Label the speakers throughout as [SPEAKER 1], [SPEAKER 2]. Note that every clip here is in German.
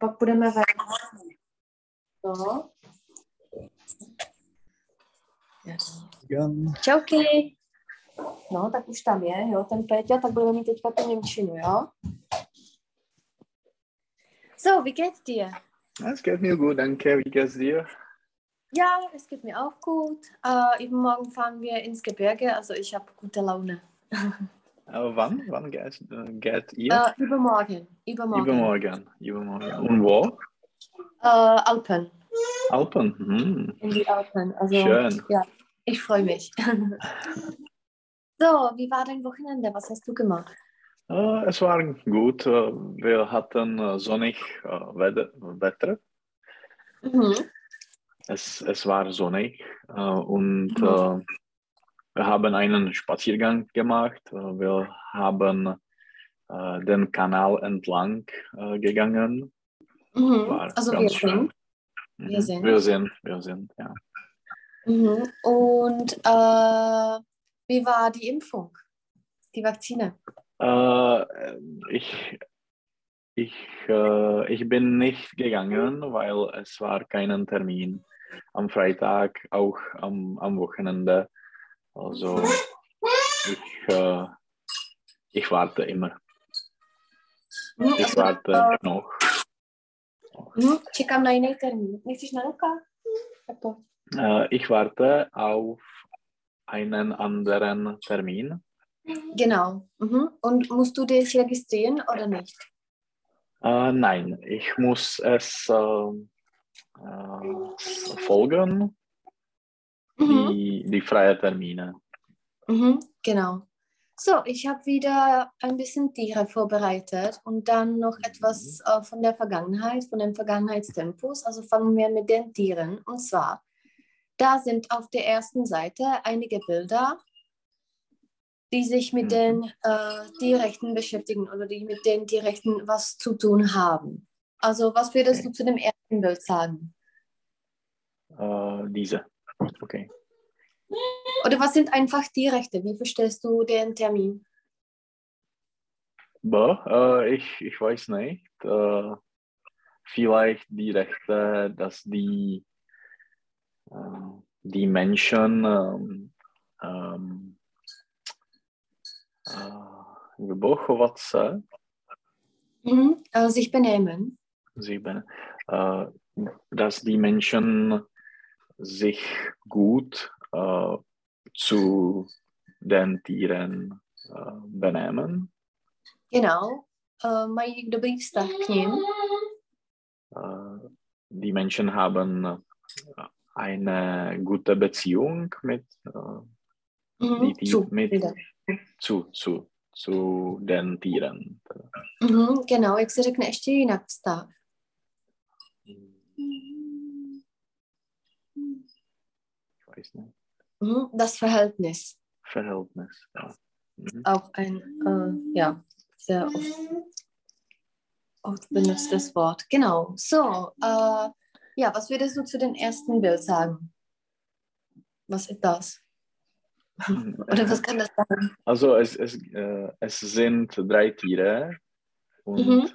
[SPEAKER 1] pak budeme ve... No.
[SPEAKER 2] Jan.
[SPEAKER 1] Čauky. No, tak už tam je, jo, ten Péťa, tak budeme mít teďka tu Němčinu, jo? So, wie geht's dir?
[SPEAKER 2] Es geht mir gut, danke. Wie geht's dir?
[SPEAKER 1] Ja, es geht mir auch gut. Äh, übermorgen fahren wir ins Gebirge, also ich habe gute Laune.
[SPEAKER 2] Aber Äh, wann? Wann geht, äh, geht ihr?
[SPEAKER 1] Äh, übermorgen. Übermorgen.
[SPEAKER 2] Übermorgen. Übermorgen. Und wo?
[SPEAKER 1] Äh, Alpen.
[SPEAKER 2] Alpen. Hm.
[SPEAKER 1] In die Alpen. Also,
[SPEAKER 2] Schön.
[SPEAKER 1] Ja, ich freue mich. so, wie war dein Wochenende? Was hast du gemacht?
[SPEAKER 2] Äh, es war gut. Äh, Wir hatten äh, sonnig äh, Wed- Wetter.
[SPEAKER 1] Mhm.
[SPEAKER 2] Es, es war sonnig äh, und
[SPEAKER 1] Mhm.
[SPEAKER 2] äh, wir haben einen Spaziergang gemacht. Äh, Wir haben äh, den Kanal entlang äh, gegangen.
[SPEAKER 1] Mhm.
[SPEAKER 2] War
[SPEAKER 1] Also wir
[SPEAKER 2] ganz schön.
[SPEAKER 1] sind.
[SPEAKER 2] Mhm.
[SPEAKER 1] Wir sind.
[SPEAKER 2] Wir sind, wir sind, ja.
[SPEAKER 1] Mhm. Und äh, wie war die Impfung? Die Vakzine?
[SPEAKER 2] Äh, ich, ich, äh, ich bin nicht gegangen, weil es war keinen Termin am Freitag, auch am, am Wochenende. Also ich, äh, ich warte immer.
[SPEAKER 1] Mhm.
[SPEAKER 2] Ich
[SPEAKER 1] Also,
[SPEAKER 2] warte noch.
[SPEAKER 1] mhm. Čekám na jiný termín. Nechceš na ruka? Tak to.
[SPEAKER 2] Äh, ich warte auf einen anderen Termin.
[SPEAKER 1] Genau. Mhm. Und musst du dich registrieren oder nicht?
[SPEAKER 2] Äh, nein, ich muss es äh, äh, folgen,
[SPEAKER 1] Mhm.
[SPEAKER 2] die, die freien Termine.
[SPEAKER 1] Mhm. Genau. So, ich habe wieder ein bisschen Tiere vorbereitet und dann
[SPEAKER 2] Mhm.
[SPEAKER 1] noch etwas äh, von der Vergangenheit, von den Vergangenheitstempos. Also fangen wir mit den Tieren. Und zwar, da sind auf der ersten Seite einige Bilder, die sich mit
[SPEAKER 2] Mhm.
[SPEAKER 1] den äh, Tierrechten beschäftigen oder die mit den Tierrechten was zu tun haben. Also, was würdest
[SPEAKER 2] Okay.
[SPEAKER 1] du zu dem ersten Bild sagen?
[SPEAKER 2] Äh, diese. Okay.
[SPEAKER 1] Oder was sind einfach Tierrechte? Wie verstehst du den Termin?
[SPEAKER 2] Bo, äh, ich, ich weiß nicht. Äh, vielleicht die Rechte, dass die, äh, die Menschen ähm, ähm, äh, nebo chovat se,
[SPEAKER 1] Mhm. Äh, sich benehmen.
[SPEAKER 2] sieben, äh, dass die Menschen sich gut äh, zu den Tieren äh, benehmen.
[SPEAKER 1] Genau. Äh, mají dobrý vztah k ním.
[SPEAKER 2] Äh, die Menschen haben äh, eine gute Beziehung mit, äh, die,
[SPEAKER 1] Mhm.
[SPEAKER 2] die,
[SPEAKER 1] Zu.
[SPEAKER 2] mit
[SPEAKER 1] lidem.
[SPEAKER 2] zu, zu, zu den Tieren.
[SPEAKER 1] Mhm. Genau, jak se řekne ještě jinak vztah?
[SPEAKER 2] Ich weiß nicht.
[SPEAKER 1] Mhm. Das Verhältnis.
[SPEAKER 2] Verhältnis. Ja. Mhm.
[SPEAKER 1] Auch ein, äh, ja, sehr oft, oft benutztes Wort. Genau. So, äh, ja, was würdest du zu dem ersten Bild sagen? Was ist das? Oder was kann das sein?
[SPEAKER 2] Also es, es, äh, es sind drei Tiere und
[SPEAKER 1] Mhm.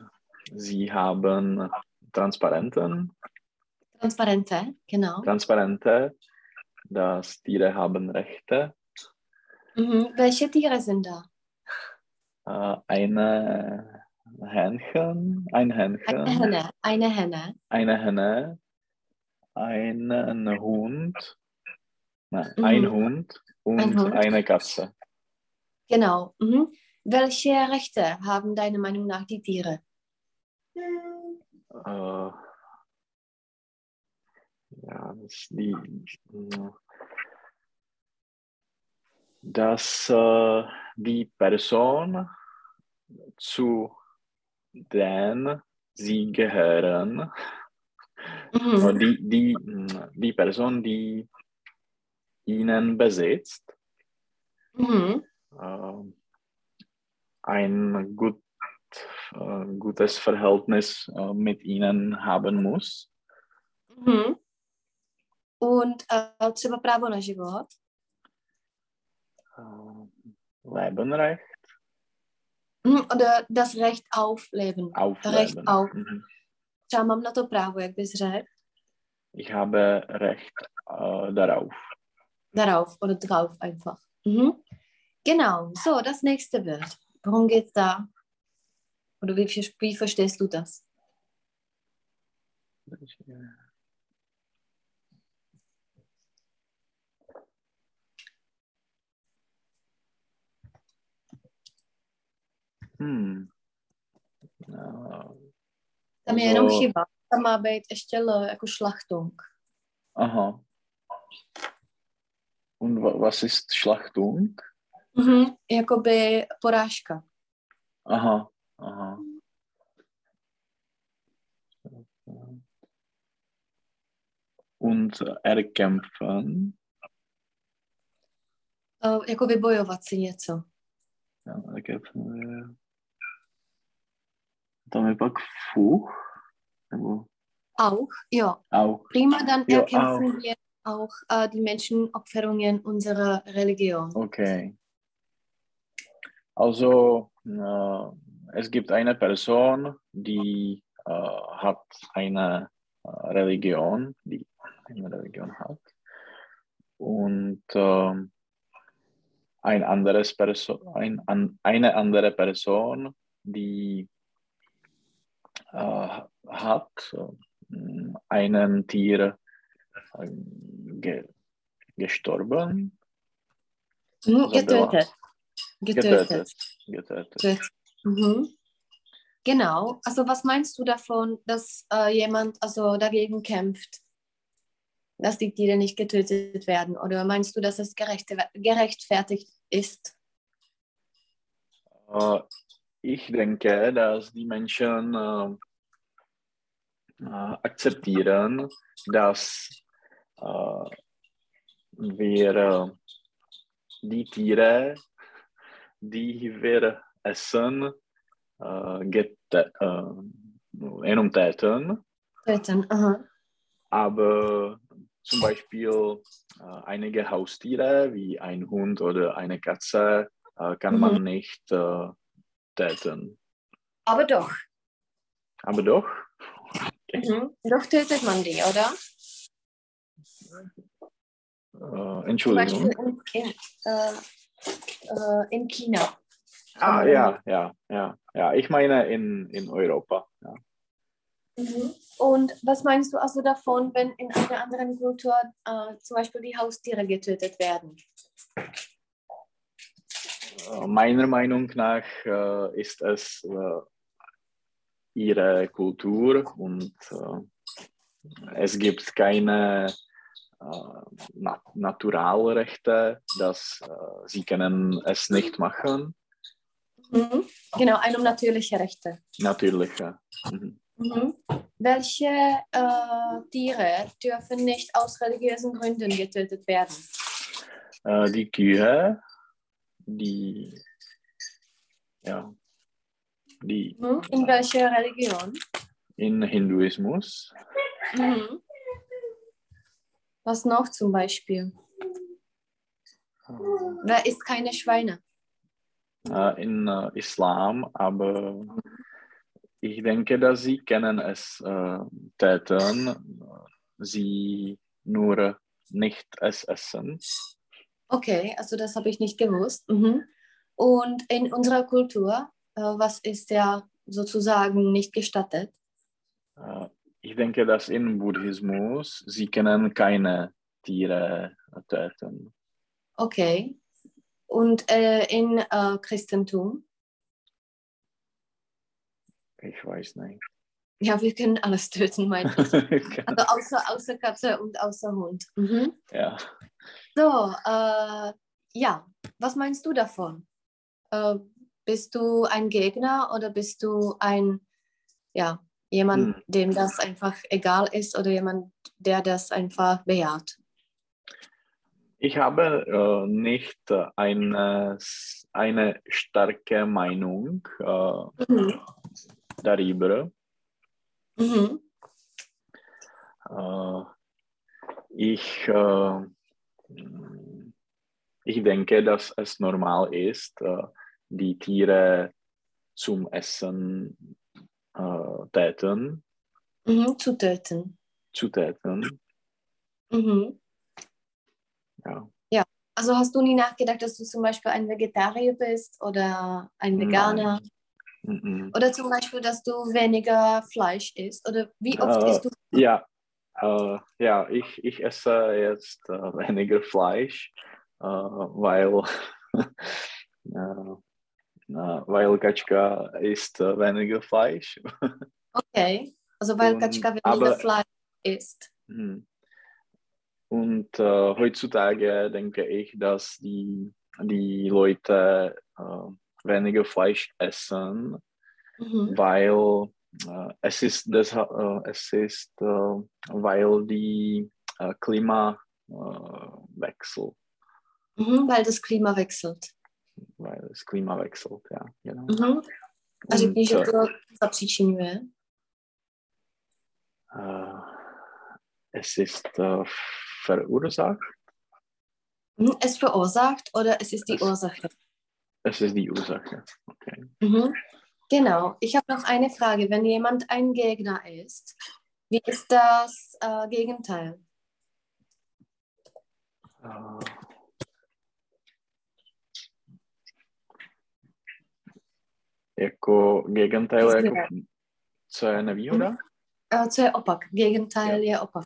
[SPEAKER 2] sie haben Transparenten,
[SPEAKER 1] Transparente, genau.
[SPEAKER 2] Transparente, dass Tiere haben Rechte.
[SPEAKER 1] Mhm. Welche Tiere sind da?
[SPEAKER 2] Äh, eine Hähnchen, ein
[SPEAKER 1] Eine
[SPEAKER 2] Hähnchen,
[SPEAKER 1] Henne, eine Henne.
[SPEAKER 2] eine Henne, einen Hund, nein,
[SPEAKER 1] Mhm.
[SPEAKER 2] ein Hund und
[SPEAKER 1] Ein Hund.
[SPEAKER 2] eine Katze.
[SPEAKER 1] Genau. Mhm. Welche Rechte haben deiner Meinung nach die Tiere? Mhm.
[SPEAKER 2] Äh, ja, das, die, dass äh, die Person, zu den sie gehören,
[SPEAKER 1] Mhm.
[SPEAKER 2] die, die, die Person, die ihnen besitzt,
[SPEAKER 1] Mhm.
[SPEAKER 2] äh, ein gut, äh, gutes Verhältnis äh, mit ihnen haben muss.
[SPEAKER 1] Mhm. Und äh, třeba právo na život.
[SPEAKER 2] Äh, Lebenrecht,
[SPEAKER 1] Mhm. Oder das Recht auf Leben.
[SPEAKER 2] auf
[SPEAKER 1] Recht
[SPEAKER 2] Leben.
[SPEAKER 1] auf.
[SPEAKER 2] Mhm.
[SPEAKER 1] Třeba mám na to právo, jak bys řekl.
[SPEAKER 2] Ich habe Recht äh, darauf.
[SPEAKER 1] Darauf oder drauf einfach. Mhm. Genau, so, das nächste Bild. Worum geht es da? Oder wie, ver- wie verstehst du das?
[SPEAKER 2] Dus, Hm. Äh,
[SPEAKER 1] Tam je
[SPEAKER 2] No.
[SPEAKER 1] jenom chyba. Tam má být ještě L jako šlachtung.
[SPEAKER 2] aha. Und wa- was ist Schlachtung?
[SPEAKER 1] Mhm. Jakoby porážka.
[SPEAKER 2] Aha, aha. Und äh, erkämpfen,
[SPEAKER 1] Eh, Jako vybojovat si něco.
[SPEAKER 2] Ja, erkämpfen wäre. Tam je pak fuch, nebo
[SPEAKER 1] Auch, jo.
[SPEAKER 2] auch.
[SPEAKER 1] Prima, dann
[SPEAKER 2] Jo,
[SPEAKER 1] erkämpfen wir auch äh, die Menschenopferungen unserer Religion.
[SPEAKER 2] Okay. Also, äh, es gibt eine Person, die äh, hat eine äh, Religion, die eine Religion hat. Und ähm, ein anderes Perso ein, an, eine andere Person, die äh, hat äh, einen Tier äh, ge gestorben.
[SPEAKER 1] Mhm,
[SPEAKER 2] Also byla-
[SPEAKER 1] getötet. Getötet.
[SPEAKER 2] Getötet.
[SPEAKER 1] getötet. Mhm. Genau. Also was meinst du davon, dass äh, jemand also dagegen kämpft, dass die Tiere nicht getötet werden? Oder meinst du, dass es gerechte, gerechtfertigt ist?
[SPEAKER 2] Äh, ich denke, dass die Menschen äh, äh, akzeptieren, dass äh, wir äh, die Tiere, die wir essen, äh, gete- äh, enumtäten.
[SPEAKER 1] Töten. Aha.
[SPEAKER 2] aber zum Beispiel äh, einige Haustiere wie ein Hund oder eine Katze äh, kann man nicht äh, töten.
[SPEAKER 1] Aber doch.
[SPEAKER 2] Aber doch,
[SPEAKER 1] Mhm. Doch tötet man die, oder?
[SPEAKER 2] äh,
[SPEAKER 1] Zum Beispiel
[SPEAKER 2] Entschuldigung.
[SPEAKER 1] in, in, äh, äh, in China.
[SPEAKER 2] Ah, ja, ja, ja, ja. Ich meine in, in Europa. Ja.
[SPEAKER 1] Mhm. Und was meinst du also davon, wenn in einer anderen Kultur äh, zum Beispiel die Haustiere getötet werden?
[SPEAKER 2] Äh, meiner Meinung nach äh, ist es äh, ihre Kultur und äh, es gibt keine äh, na Naturalrechte, dass äh, sie können es nicht machen.
[SPEAKER 1] Mhm. Genau, ein um natürliche Rechte.
[SPEAKER 2] Natürlich. Ja. Mhm.
[SPEAKER 1] Mhm. Welche äh, Tiere dürfen nicht aus religiösen Gründen getötet werden?
[SPEAKER 2] Äh, die Kühe, die, ja, die
[SPEAKER 1] Mhm. In welcher Religion?
[SPEAKER 2] in Hinduismus,
[SPEAKER 1] Mhm. Was noch zum Beispiel?
[SPEAKER 2] äh,
[SPEAKER 1] Wer isst keine Schweine?
[SPEAKER 2] in äh, Islam, aber ich denke, dass sie können es äh, täten, sie nur nicht es essen.
[SPEAKER 1] Okay, also das habe ich nicht gewusst. Mhm. Und in unserer Kultur, äh, was ist ja sozusagen nicht gestattet?
[SPEAKER 2] Äh, ich denke, dass in Buddhismus sie können keine Tiere äh, töten.
[SPEAKER 1] Okay. Und äh, in äh, Christentum?
[SPEAKER 2] Ich weiß nicht.
[SPEAKER 1] Ja, wir können alles töten, meine ich. Also außer, außer Katze und außer Hund. Mhm.
[SPEAKER 2] ja.
[SPEAKER 1] So, äh, ja, was meinst du davon? Äh, bist du ein Gegner oder bist du ein, ja, jemand,
[SPEAKER 2] Hm.
[SPEAKER 1] dem das einfach egal ist oder jemand, der das einfach bejaht?
[SPEAKER 2] Ich habe äh, nicht eine, eine starke Meinung äh,
[SPEAKER 1] Mhm.
[SPEAKER 2] darüber.
[SPEAKER 1] Mhm.
[SPEAKER 2] Äh, ich, äh, ich denke, dass es normal ist, äh, die Tiere zum Essen äh, täten.
[SPEAKER 1] Mhm, zu töten.
[SPEAKER 2] zu töten.
[SPEAKER 1] Mhm.
[SPEAKER 2] Ja.
[SPEAKER 1] Also hast du nie nachgedacht, dass du zum Beispiel ein Vegetarier bist oder ein
[SPEAKER 2] Nein.
[SPEAKER 1] Veganer?
[SPEAKER 2] Mhm.
[SPEAKER 1] Oder zum Beispiel, dass du weniger Fleisch isst? Oder wie oft
[SPEAKER 2] Äh,
[SPEAKER 1] isst du?
[SPEAKER 2] Ja, äh, ja ich, ich esse jetzt äh, weniger Fleisch, äh, weil, äh, äh, weil Kaczka isst äh, weniger Fleisch.
[SPEAKER 1] Okay. Also weil
[SPEAKER 2] Und-
[SPEAKER 1] Kaczka
[SPEAKER 2] aber-
[SPEAKER 1] weniger Fleisch isst.
[SPEAKER 2] Mhm. Und äh, heutzutage denke ich, dass die, die Leute äh, weniger Fleisch essen,
[SPEAKER 1] Mhm.
[SPEAKER 2] weil äh, es ist, das, äh, es ist äh, weil die äh, Klimawechsel,
[SPEAKER 1] Mhm, weil das Klima wechselt.
[SPEAKER 2] weil das Klima wechselt, ja, genau.
[SPEAKER 1] Mhm. Also
[SPEAKER 2] Und,
[SPEAKER 1] když je to
[SPEAKER 2] äh,
[SPEAKER 1] zapříčinuje.
[SPEAKER 2] äh, es ist äh, verursacht,
[SPEAKER 1] Mhm. Es verursacht oder es ist die
[SPEAKER 2] Es-
[SPEAKER 1] Ursache.
[SPEAKER 2] es ist die Ursache. Okay.
[SPEAKER 1] Mhm. Genau. Ich habe noch eine Frage. Wenn jemand ein Gegner ist, wie ist das äh, Gegenteil?
[SPEAKER 2] Äh, jako Gegenteil, jako, co je nevýhoda?
[SPEAKER 1] Äh, co je opak? Gegenteil je opak.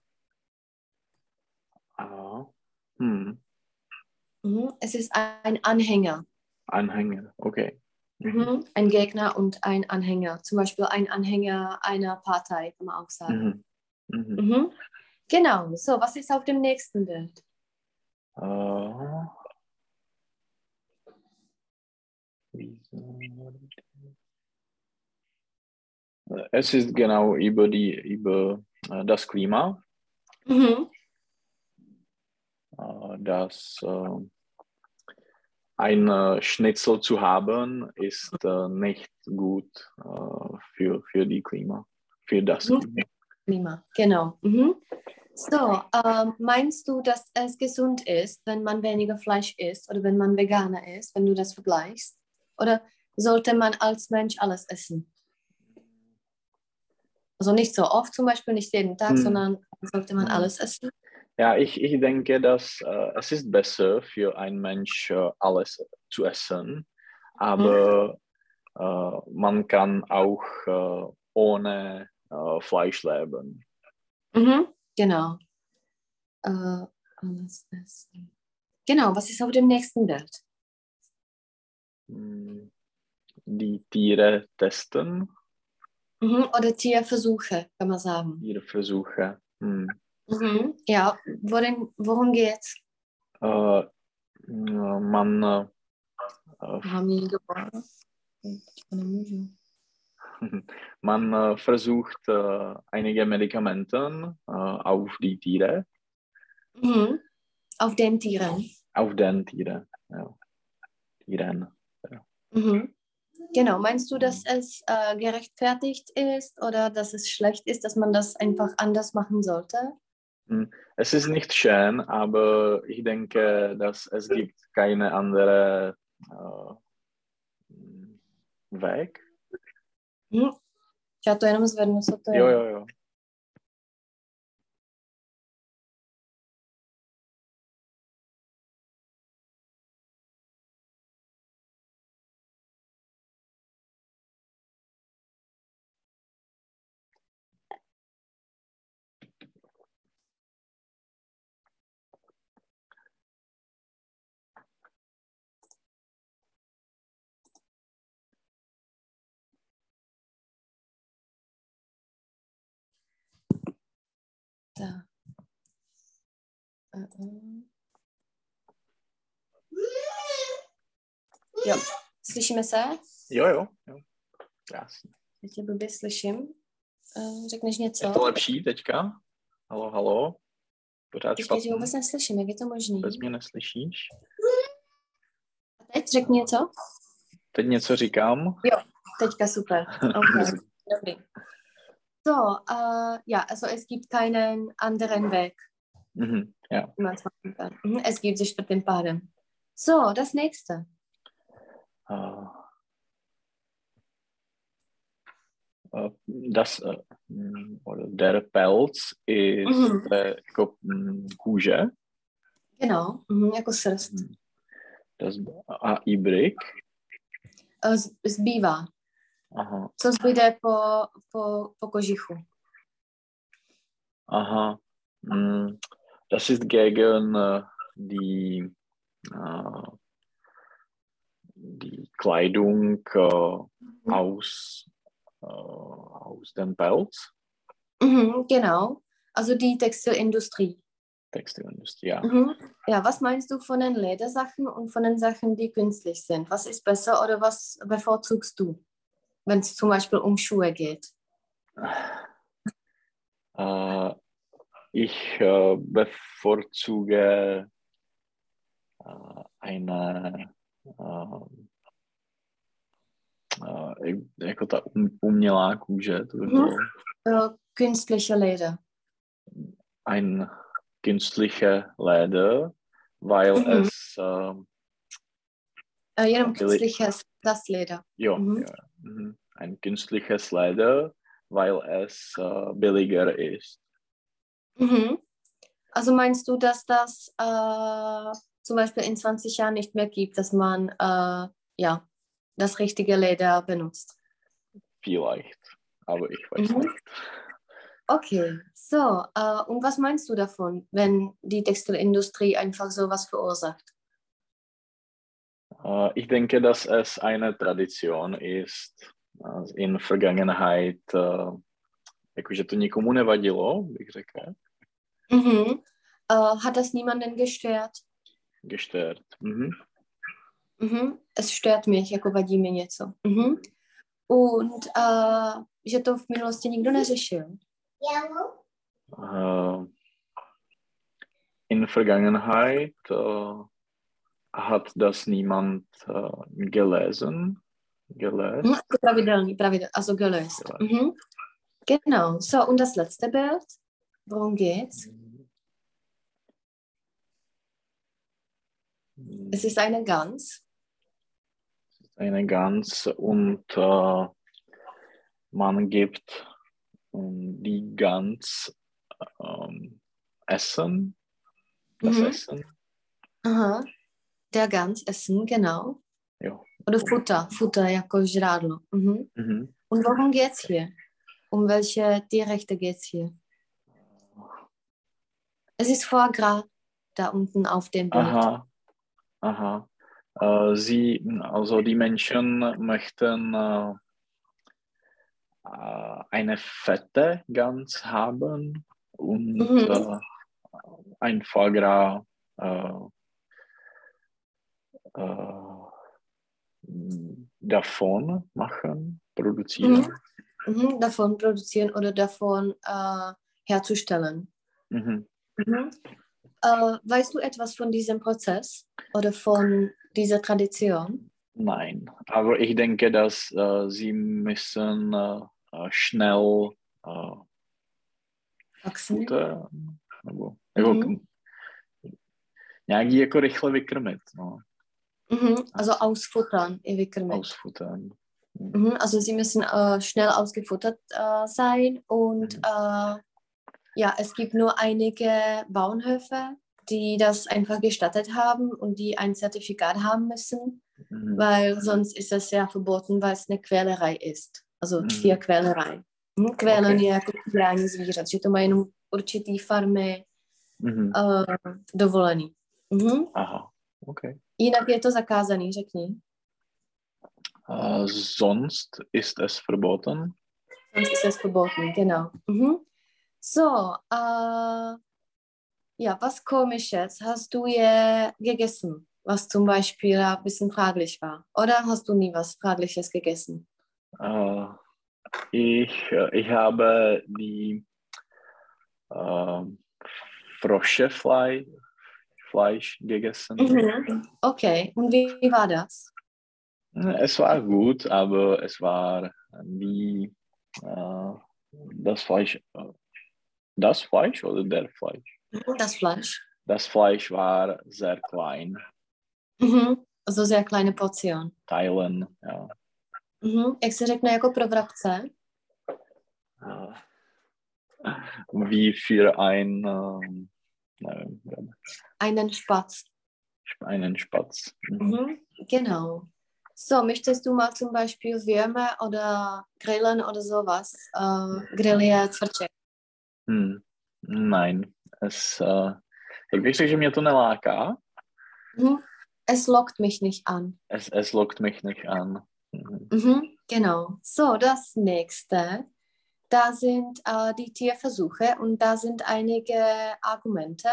[SPEAKER 2] Aha. Hm.
[SPEAKER 1] Mhm. Es ist ein Anhänger.
[SPEAKER 2] Anhänger, okay.
[SPEAKER 1] Mhm. Ein Gegner und ein Anhänger. Zum Beispiel ein Anhänger einer Partei, kann man auch sagen.
[SPEAKER 2] Mhm. Mhm.
[SPEAKER 1] Mhm. Genau. So, was ist auf dem nächsten Bild?
[SPEAKER 2] Äh, wieso- Äh, Es ist genau über die über äh, das Klima,
[SPEAKER 1] Mhm.
[SPEAKER 2] äh, dass äh, ein äh, Schnitzel zu haben ist äh, nicht gut äh, für für die Klima, für das
[SPEAKER 1] Mhm.
[SPEAKER 2] Klima.
[SPEAKER 1] Klima. Genau. Mhm. So, ähm, meinst du, dass es gesund ist, wenn man weniger Fleisch isst oder wenn man Veganer ist, wenn du das vergleichst? Oder sollte man als Mensch alles essen? Also nicht so oft zum Beispiel, nicht jeden Tag,
[SPEAKER 2] Mhm.
[SPEAKER 1] sondern sollte man
[SPEAKER 2] Mhm.
[SPEAKER 1] alles essen?
[SPEAKER 2] Ja, ich, ich denke, dass äh, es ist besser für einen Mensch äh, alles zu essen, aber äh, man kann auch äh, ohne äh, Fleisch leben.
[SPEAKER 1] Mhm. Genau. Äh, alles essen. Genau, was ist auf dem nächsten Bild?
[SPEAKER 2] Hm, Die Tiere testen,
[SPEAKER 1] Mhm. Oder Tierversuche, kann man sagen.
[SPEAKER 2] Tierversuche. Hm.
[SPEAKER 1] Mhm. Ja, worin, worum geht's?
[SPEAKER 2] Äh, äh, man äh, äh,
[SPEAKER 1] Hlavní doba. To nemůžu.
[SPEAKER 2] Man äh, versucht äh, einige Medikamente äh, auf die Tiere,
[SPEAKER 1] Mhm. Auf den Tieren.
[SPEAKER 2] auf den Tiere, ja. Tieren.
[SPEAKER 1] Mhm. Genau, meinst du, dass es äh, gerechtfertigt ist oder dass es schlecht ist, dass man das einfach anders machen sollte?
[SPEAKER 2] Es ist nicht schön, aber ich denke, dass es gibt keine andere äh, Weg.
[SPEAKER 1] Mhm. Já to jenom zvednu, co to je.
[SPEAKER 2] Jo, jo, jo.
[SPEAKER 1] Da. Äh, äh. Jo, slyšíme se?
[SPEAKER 2] Jo, jo, jo. Krásně.
[SPEAKER 1] Já tě blbě slyším. Eh, Řekneš
[SPEAKER 2] Je
[SPEAKER 1] něco?
[SPEAKER 2] to lepší teďka? Halo, halo. Pořád
[SPEAKER 1] Teď tě
[SPEAKER 2] špatně.
[SPEAKER 1] vůbec neslyším, jak je to možné?
[SPEAKER 2] Vůbec mě neslyšíš?
[SPEAKER 1] A teď řekni něco.
[SPEAKER 2] Teď něco říkám.
[SPEAKER 1] Teďka super. Okay. Dobrý. So, äh, ja, also es gibt keinen anderen Weg,
[SPEAKER 2] Mhm, ja.
[SPEAKER 1] wie man es machen kann. Mhm, Es gibt sich mit den Baden. So, das nächste.
[SPEAKER 2] Äh, äh, das äh, mh, oder der Pelz ist
[SPEAKER 1] Mhm.
[SPEAKER 2] äh, jako mh, kůže,
[SPEAKER 1] Genau, mhm, jako srst.
[SPEAKER 2] das, a ibrik.
[SPEAKER 1] Eh, z- Zbývá.
[SPEAKER 2] Aha,
[SPEAKER 1] Co zbyde po, po, po kožichu?
[SPEAKER 2] aha. Mh, das ist gegen äh, die, äh, die Kleidung äh, aus, äh, aus dem Pelz,
[SPEAKER 1] Mhm, genau. Also die Textilindustrie.
[SPEAKER 2] Textilindustrie. Ja.
[SPEAKER 1] Mhm. Ja, was meinst du von den Ledersachen und von den Sachen, die künstlich sind? Was ist besser oder was bevorzugst du, wenn es zum Beispiel um Schuhe geht?
[SPEAKER 2] Äh, ich äh, bevorzuge äh, eine äh, äh, jako ta um, umělá kůže, to by
[SPEAKER 1] Mhm.
[SPEAKER 2] bylo
[SPEAKER 1] Äh, künstliche Leder.
[SPEAKER 2] ein künstliche Leder, weil
[SPEAKER 1] Mhm.
[SPEAKER 2] es äh,
[SPEAKER 1] Äh, jenom
[SPEAKER 2] Byly-
[SPEAKER 1] künstliches, das Leder.
[SPEAKER 2] jo,
[SPEAKER 1] Mhm.
[SPEAKER 2] jo, mhm. ein künstliches Leder, weil es äh, billiger ist.
[SPEAKER 1] Mhm. Also meinst du, dass das äh, zum Beispiel in 20 Jahren nicht mehr gibt, dass man äh, ja, das richtige Leder benutzt?
[SPEAKER 2] Vielleicht, aber ich weiß
[SPEAKER 1] Mhm.
[SPEAKER 2] nicht.
[SPEAKER 1] Okay, so. Äh, und was meinst du davon, wenn die Textilindustrie einfach sowas verursacht?
[SPEAKER 2] Äh, Ich denke, dass es eine Tradition ist. Äh, In Vergangenheit, äh, jakože to nikomu nevadilo, bych řekl,
[SPEAKER 1] Mhm. Äh, hat das niemanden gestört?
[SPEAKER 2] gestört. Mhm.
[SPEAKER 1] Mhm. Es stört mich, jako vadí mi něco. Mhm. Und äh, že to v minulosti nikdo neřešil.
[SPEAKER 2] Äh, In Vergangenheit äh, hat das niemand äh, gelesen. Gelesen.
[SPEAKER 1] Mhm, jako pravidelný, pravidel, also gelöst.
[SPEAKER 2] Gelöst.
[SPEAKER 1] Mhm. Genau. So, und das letzte Bild. Worum geht's?
[SPEAKER 2] Mhm.
[SPEAKER 1] Es ist eine Gans.
[SPEAKER 2] eine Gans und äh, man gibt ähm, die Gans ähm, Essen, das
[SPEAKER 1] Mhm.
[SPEAKER 2] Essen,
[SPEAKER 1] Aha. Der Gans essen, genau.
[SPEAKER 2] jo.
[SPEAKER 1] Oder Futter, Futter jako žrádlo. Mhm.
[SPEAKER 2] Mhm.
[SPEAKER 1] Und worum geht's hier? Um welche Tierrechte geht's hier? Es ist Foie Gras da unten auf dem Bild.
[SPEAKER 2] Aha, aha. Äh, sie, also die Menschen möchten äh, äh, eine fette Gans haben und
[SPEAKER 1] Mhm.
[SPEAKER 2] äh, ein Foie Gras. Äh, äh, davon machen, produzieren.
[SPEAKER 1] Mhm. Davon produzieren oder davon äh, herzustellen.
[SPEAKER 2] Mhm.
[SPEAKER 1] Mhm. Äh, weißt du etwas von diesem Prozess oder von dieser Tradition?
[SPEAKER 2] Nein, aber ich denke, dass äh, sie müssen äh, äh, schnell äh,
[SPEAKER 1] Wachsen?
[SPEAKER 2] Futter, nebo, jako nebo
[SPEAKER 1] Mhm.
[SPEAKER 2] nějaký jako rychle vykrmit, no,
[SPEAKER 1] Mhm. Also ausfuttern, ewig gemerkt.
[SPEAKER 2] ausfuttern.
[SPEAKER 1] Mhm. Also sie müssen äh, schnell ausgefuttert äh, sein und
[SPEAKER 2] Mhm.
[SPEAKER 1] äh, ja, es gibt nur einige Bauernhöfe, die das einfach gestattet haben und die ein Zertifikat haben müssen,
[SPEAKER 2] Mhm.
[SPEAKER 1] weil sonst ist es ja verboten, weil es eine Quälerei ist. Also
[SPEAKER 2] Mhm.
[SPEAKER 1] Tierquälerei. Mhm. Quälen
[SPEAKER 2] Okay.
[SPEAKER 1] je jako týrání zvířat, že to mají jenom určitý farmy
[SPEAKER 2] Mhm.
[SPEAKER 1] uh, dovolený. Mhm.
[SPEAKER 2] Aha, okay.
[SPEAKER 1] Jinak je to zakázaný, řekni.
[SPEAKER 2] Äh, sonst ist es verboten.
[SPEAKER 1] Sonst ist das verboten, genau. Mhm. So, äh, ja, was komisches hast du je gegessen, was zum Beispiel ein bisschen fraglich war? Oder hast du nie was Fragliches gegessen?
[SPEAKER 2] Äh, ich, äh, ich habe die äh, Frosche Fleisch, Fleisch gegessen.
[SPEAKER 1] Okay, und wie, wie war das?
[SPEAKER 2] Es war gut, aber es war nie äh, das Fleisch. äh, Das Fleisch oder der Fleisch?
[SPEAKER 1] Das Fleisch?
[SPEAKER 2] Das Fleisch war sehr klein.
[SPEAKER 1] Mhm. Also sehr kleine Portion.
[SPEAKER 2] Teilen, ja.
[SPEAKER 1] Mhm. Jak se řekne jako pro vrabce?
[SPEAKER 2] äh, wie für ein, ähm, nein,
[SPEAKER 1] Einen Spatz.
[SPEAKER 2] einen Spatz. Mhm.
[SPEAKER 1] Mhm. Genau. So, möchtest du mal zum Beispiel Würmer oder Grillen oder sowas äh, grilliert verchecken?
[SPEAKER 2] Hm. Nein, es, äh, jak bych řekl, že mě to neláká,
[SPEAKER 1] Mhm. Es lockt mich nicht an.
[SPEAKER 2] es, es lockt mich nicht an. Mhm.
[SPEAKER 1] Mhm. Genau. So, das nächste. Da sind äh, die Tierversuche und da sind einige Argumente.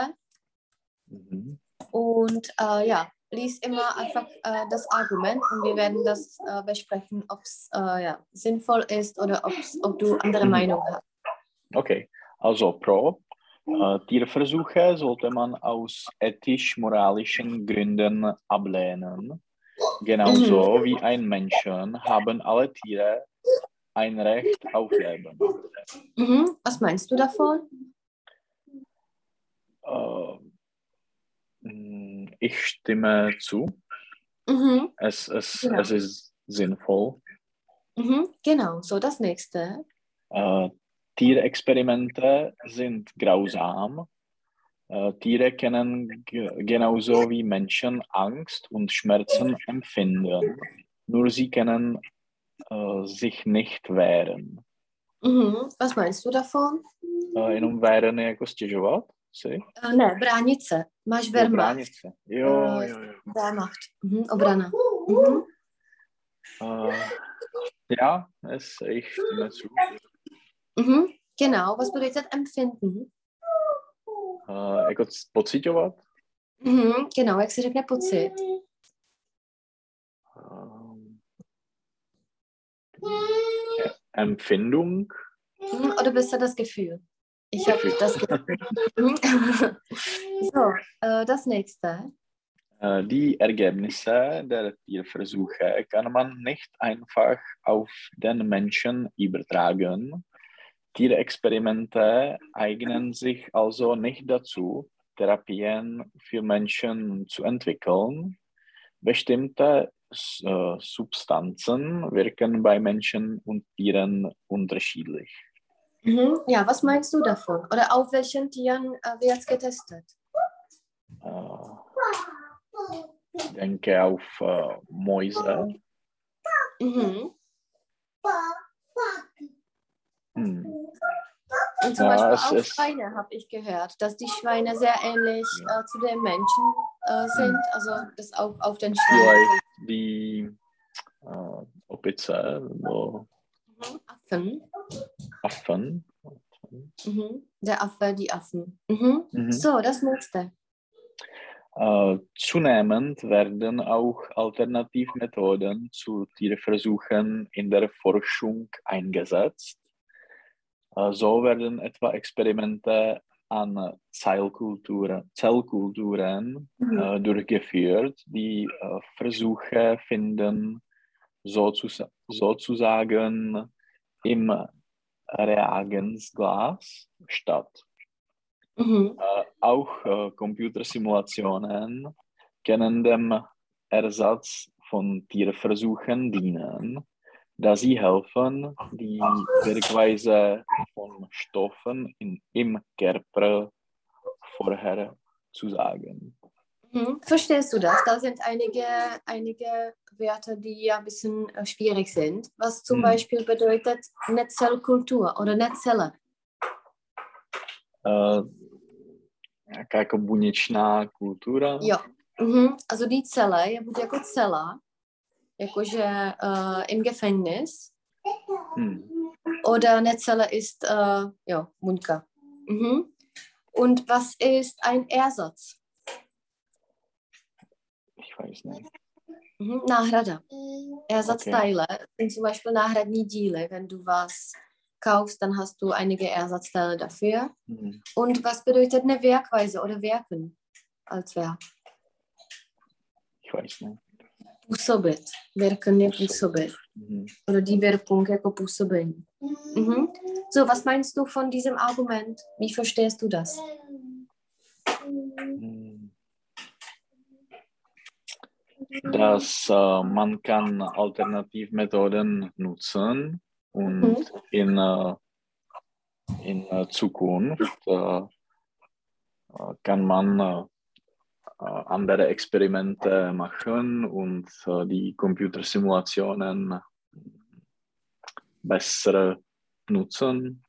[SPEAKER 2] Mhm.
[SPEAKER 1] Und äh, ja, lies immer einfach äh, das Argument und wir werden das äh, besprechen, ob es äh, ja, sinnvoll ist oder ob's, ob du andere
[SPEAKER 2] Mhm.
[SPEAKER 1] Meinung hast.
[SPEAKER 2] Okay, also pro. Äh, Tierversuche sollte man aus ethisch-moralischen Gründen ablehnen. Genauso wie ein Menschen haben alle Tiere ein Recht auf Leben.
[SPEAKER 1] Mhm. Was meinst du davon?
[SPEAKER 2] Äh, mh, hm, ich stimme zu.
[SPEAKER 1] Mhm.
[SPEAKER 2] Es, es,
[SPEAKER 1] Ja.
[SPEAKER 2] es ist sinnvoll.
[SPEAKER 1] Mhm. Genau, so das nächste.
[SPEAKER 2] Äh, Tierexperimente sind grausam. Äh, Tiere können ge- genauso wie Menschen Angst und Schmerzen empfinden, nur sie können äh, sich nicht wehren.
[SPEAKER 1] Mhm. Was meinst du davon?
[SPEAKER 2] Äh, jenom wehren je jako stěžovat si?
[SPEAKER 1] Äh, ne, bránit se. Máš
[SPEAKER 2] Jo,
[SPEAKER 1] Wehrmacht.
[SPEAKER 2] bránit se. Jo,
[SPEAKER 1] Eh,
[SPEAKER 2] jo, jo.
[SPEAKER 1] Wehrmacht. Mhm. Obrana. Mhm.
[SPEAKER 2] Äh, ja, es, ich stimme zu.
[SPEAKER 1] Mhm. Genau, was bedeutet empfinden?
[SPEAKER 2] Äh, jako c- pocitovat?
[SPEAKER 1] Mhm. Genau, jak se řekne pocit?
[SPEAKER 2] Eh,
[SPEAKER 1] Hmm.
[SPEAKER 2] Äh, Empfindung?
[SPEAKER 1] Mhm, Oder besser das Gefühl. Ich habe das Gefühl. Mhm. so, äh, das nächste.
[SPEAKER 2] Äh, Die Ergebnisse der Tierversuche kann man nicht einfach auf den Menschen übertragen. Tierexperimente eignen sich also nicht dazu, Therapien für Menschen zu entwickeln. Bestimmte S- äh, Substanzen wirken bei Menschen und Tieren unterschiedlich.
[SPEAKER 1] Mhm. Ja, was meinst du davon? Oder auf welchen Tieren äh, wird es getestet?
[SPEAKER 2] Äh, Ich denke auf äh, Mäuse.
[SPEAKER 1] Mhm.
[SPEAKER 2] Hm.
[SPEAKER 1] Und zum
[SPEAKER 2] Ja,
[SPEAKER 1] Beispiel
[SPEAKER 2] es
[SPEAKER 1] auch
[SPEAKER 2] ist-
[SPEAKER 1] Schweine habe ich gehört, dass die Schweine sehr ähnlich
[SPEAKER 2] Ja. Mhm.
[SPEAKER 1] äh, zu den Menschen äh, sind. Also das auch auf den Schweinen.
[SPEAKER 2] vielleicht die äh, Opice nebo
[SPEAKER 1] Mhm. Affen.
[SPEAKER 2] Affen.
[SPEAKER 1] Mhm. Der Affe, die Affen. Mhm.
[SPEAKER 2] Mhm.
[SPEAKER 1] So, das nächste.
[SPEAKER 2] Äh, zunehmend werden auch Alternativmethoden zu Tierversuchen in der Forschung eingesetzt. Äh, so werden etwa Experimente an Zellkulturen, Zellkulturen
[SPEAKER 1] Mhm.
[SPEAKER 2] äh, durchgeführt, die äh, Versuche finden, sozusa- sozusagen im Reagenzglas statt.
[SPEAKER 1] Mhm.
[SPEAKER 2] Äh, auch äh, Computersimulationen können dem Ersatz von Tierversuchen dienen, da sie helfen, die Wirkweise von Stoffen in, im Körper vorherzusagen.
[SPEAKER 1] Mhm. Verstehst du das? Da sind einige, einige Werte, die ja ein bisschen äh, schwierig sind. Was zum
[SPEAKER 2] Mhm.
[SPEAKER 1] Beispiel bedeutet Netzellkultur oder Netzzelle.
[SPEAKER 2] Äh, jaká jako buněčná kultura?
[SPEAKER 1] Jo. Mhm. Also die Zelle je buď jako cela, jakože äh, im Gefängnis,
[SPEAKER 2] Hm.
[SPEAKER 1] oder Netzzelle ist äh, jo, Bunker. Mhm. Und was ist ein Ersatz?
[SPEAKER 2] Ich weiß nicht.
[SPEAKER 1] Mhm. Náhrada. Ersatzteile sind zum Beispiel náhradní díly. Wenn du was kaufst, dann hast du einige Ersatzteile dafür.
[SPEAKER 2] Hm.
[SPEAKER 1] Und was bedeutet eine Werkweise oder Werken als Verb?
[SPEAKER 2] Ich weiß nicht.
[SPEAKER 1] Působit. Werken je
[SPEAKER 2] Působit.
[SPEAKER 1] působit.
[SPEAKER 2] Hm.
[SPEAKER 1] Oder die Wirkung jako působení. Mhm. So, was meinst du von diesem Argument? Wie verstehst du das?
[SPEAKER 2] Hm. Dass äh, man kann Alternativmethoden nutzen und
[SPEAKER 1] Mhm.
[SPEAKER 2] in äh, in äh, Zukunft äh, äh, kann man äh, äh, andere Experimente machen und äh, die Computersimulationen besser nutzen.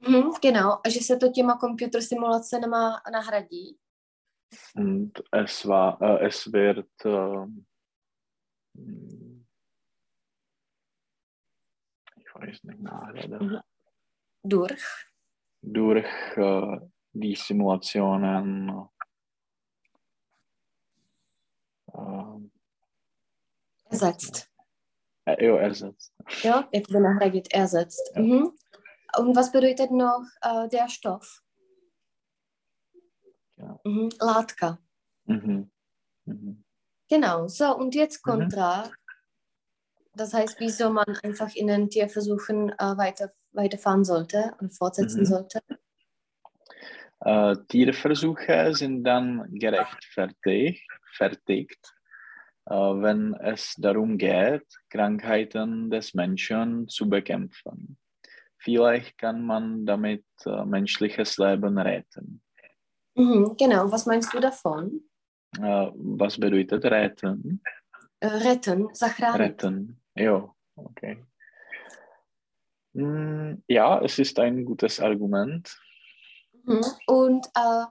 [SPEAKER 1] Mhm, genau, a že se to těma computer simulacema nahradí.
[SPEAKER 2] Und es, war, äh, es wird äh, ich weiß nicht
[SPEAKER 1] Mhm.
[SPEAKER 2] nachher,
[SPEAKER 1] Durch.
[SPEAKER 2] durch äh, die Simulationen äh,
[SPEAKER 1] Ersetzt.
[SPEAKER 2] äh, ja, ersetzt.
[SPEAKER 1] Jo, jakoby nahradit, ersetzt.
[SPEAKER 2] Jo.
[SPEAKER 1] Mhm. Und was bedeutet noch äh, der Stoff?
[SPEAKER 2] Genau.
[SPEAKER 1] Mhm. Látka.
[SPEAKER 2] Mhm. Mhm.
[SPEAKER 1] Genau, so und jetzt
[SPEAKER 2] Mhm.
[SPEAKER 1] Kontra. Das heißt, wie soll man einfach in den Tierversuchen äh, weiter, weiterfahren sollte und fortsetzen
[SPEAKER 2] Mhm.
[SPEAKER 1] sollte?
[SPEAKER 2] Äh, Tierversuche sind dann gerechtfertigt, fertigt, äh, wenn es darum geht, Krankheiten des Menschen zu bekämpfen. Vielleicht kann man damit äh, menschliches Leben retten.
[SPEAKER 1] Mhm. Genau, was meinst du davon?
[SPEAKER 2] Äh, was bedeutet retten?
[SPEAKER 1] Äh, retten, zachránit.
[SPEAKER 2] Retten. Ja, okay. Mm, ja, es ist ein gutes Argument.
[SPEAKER 1] Mhm. Und äh,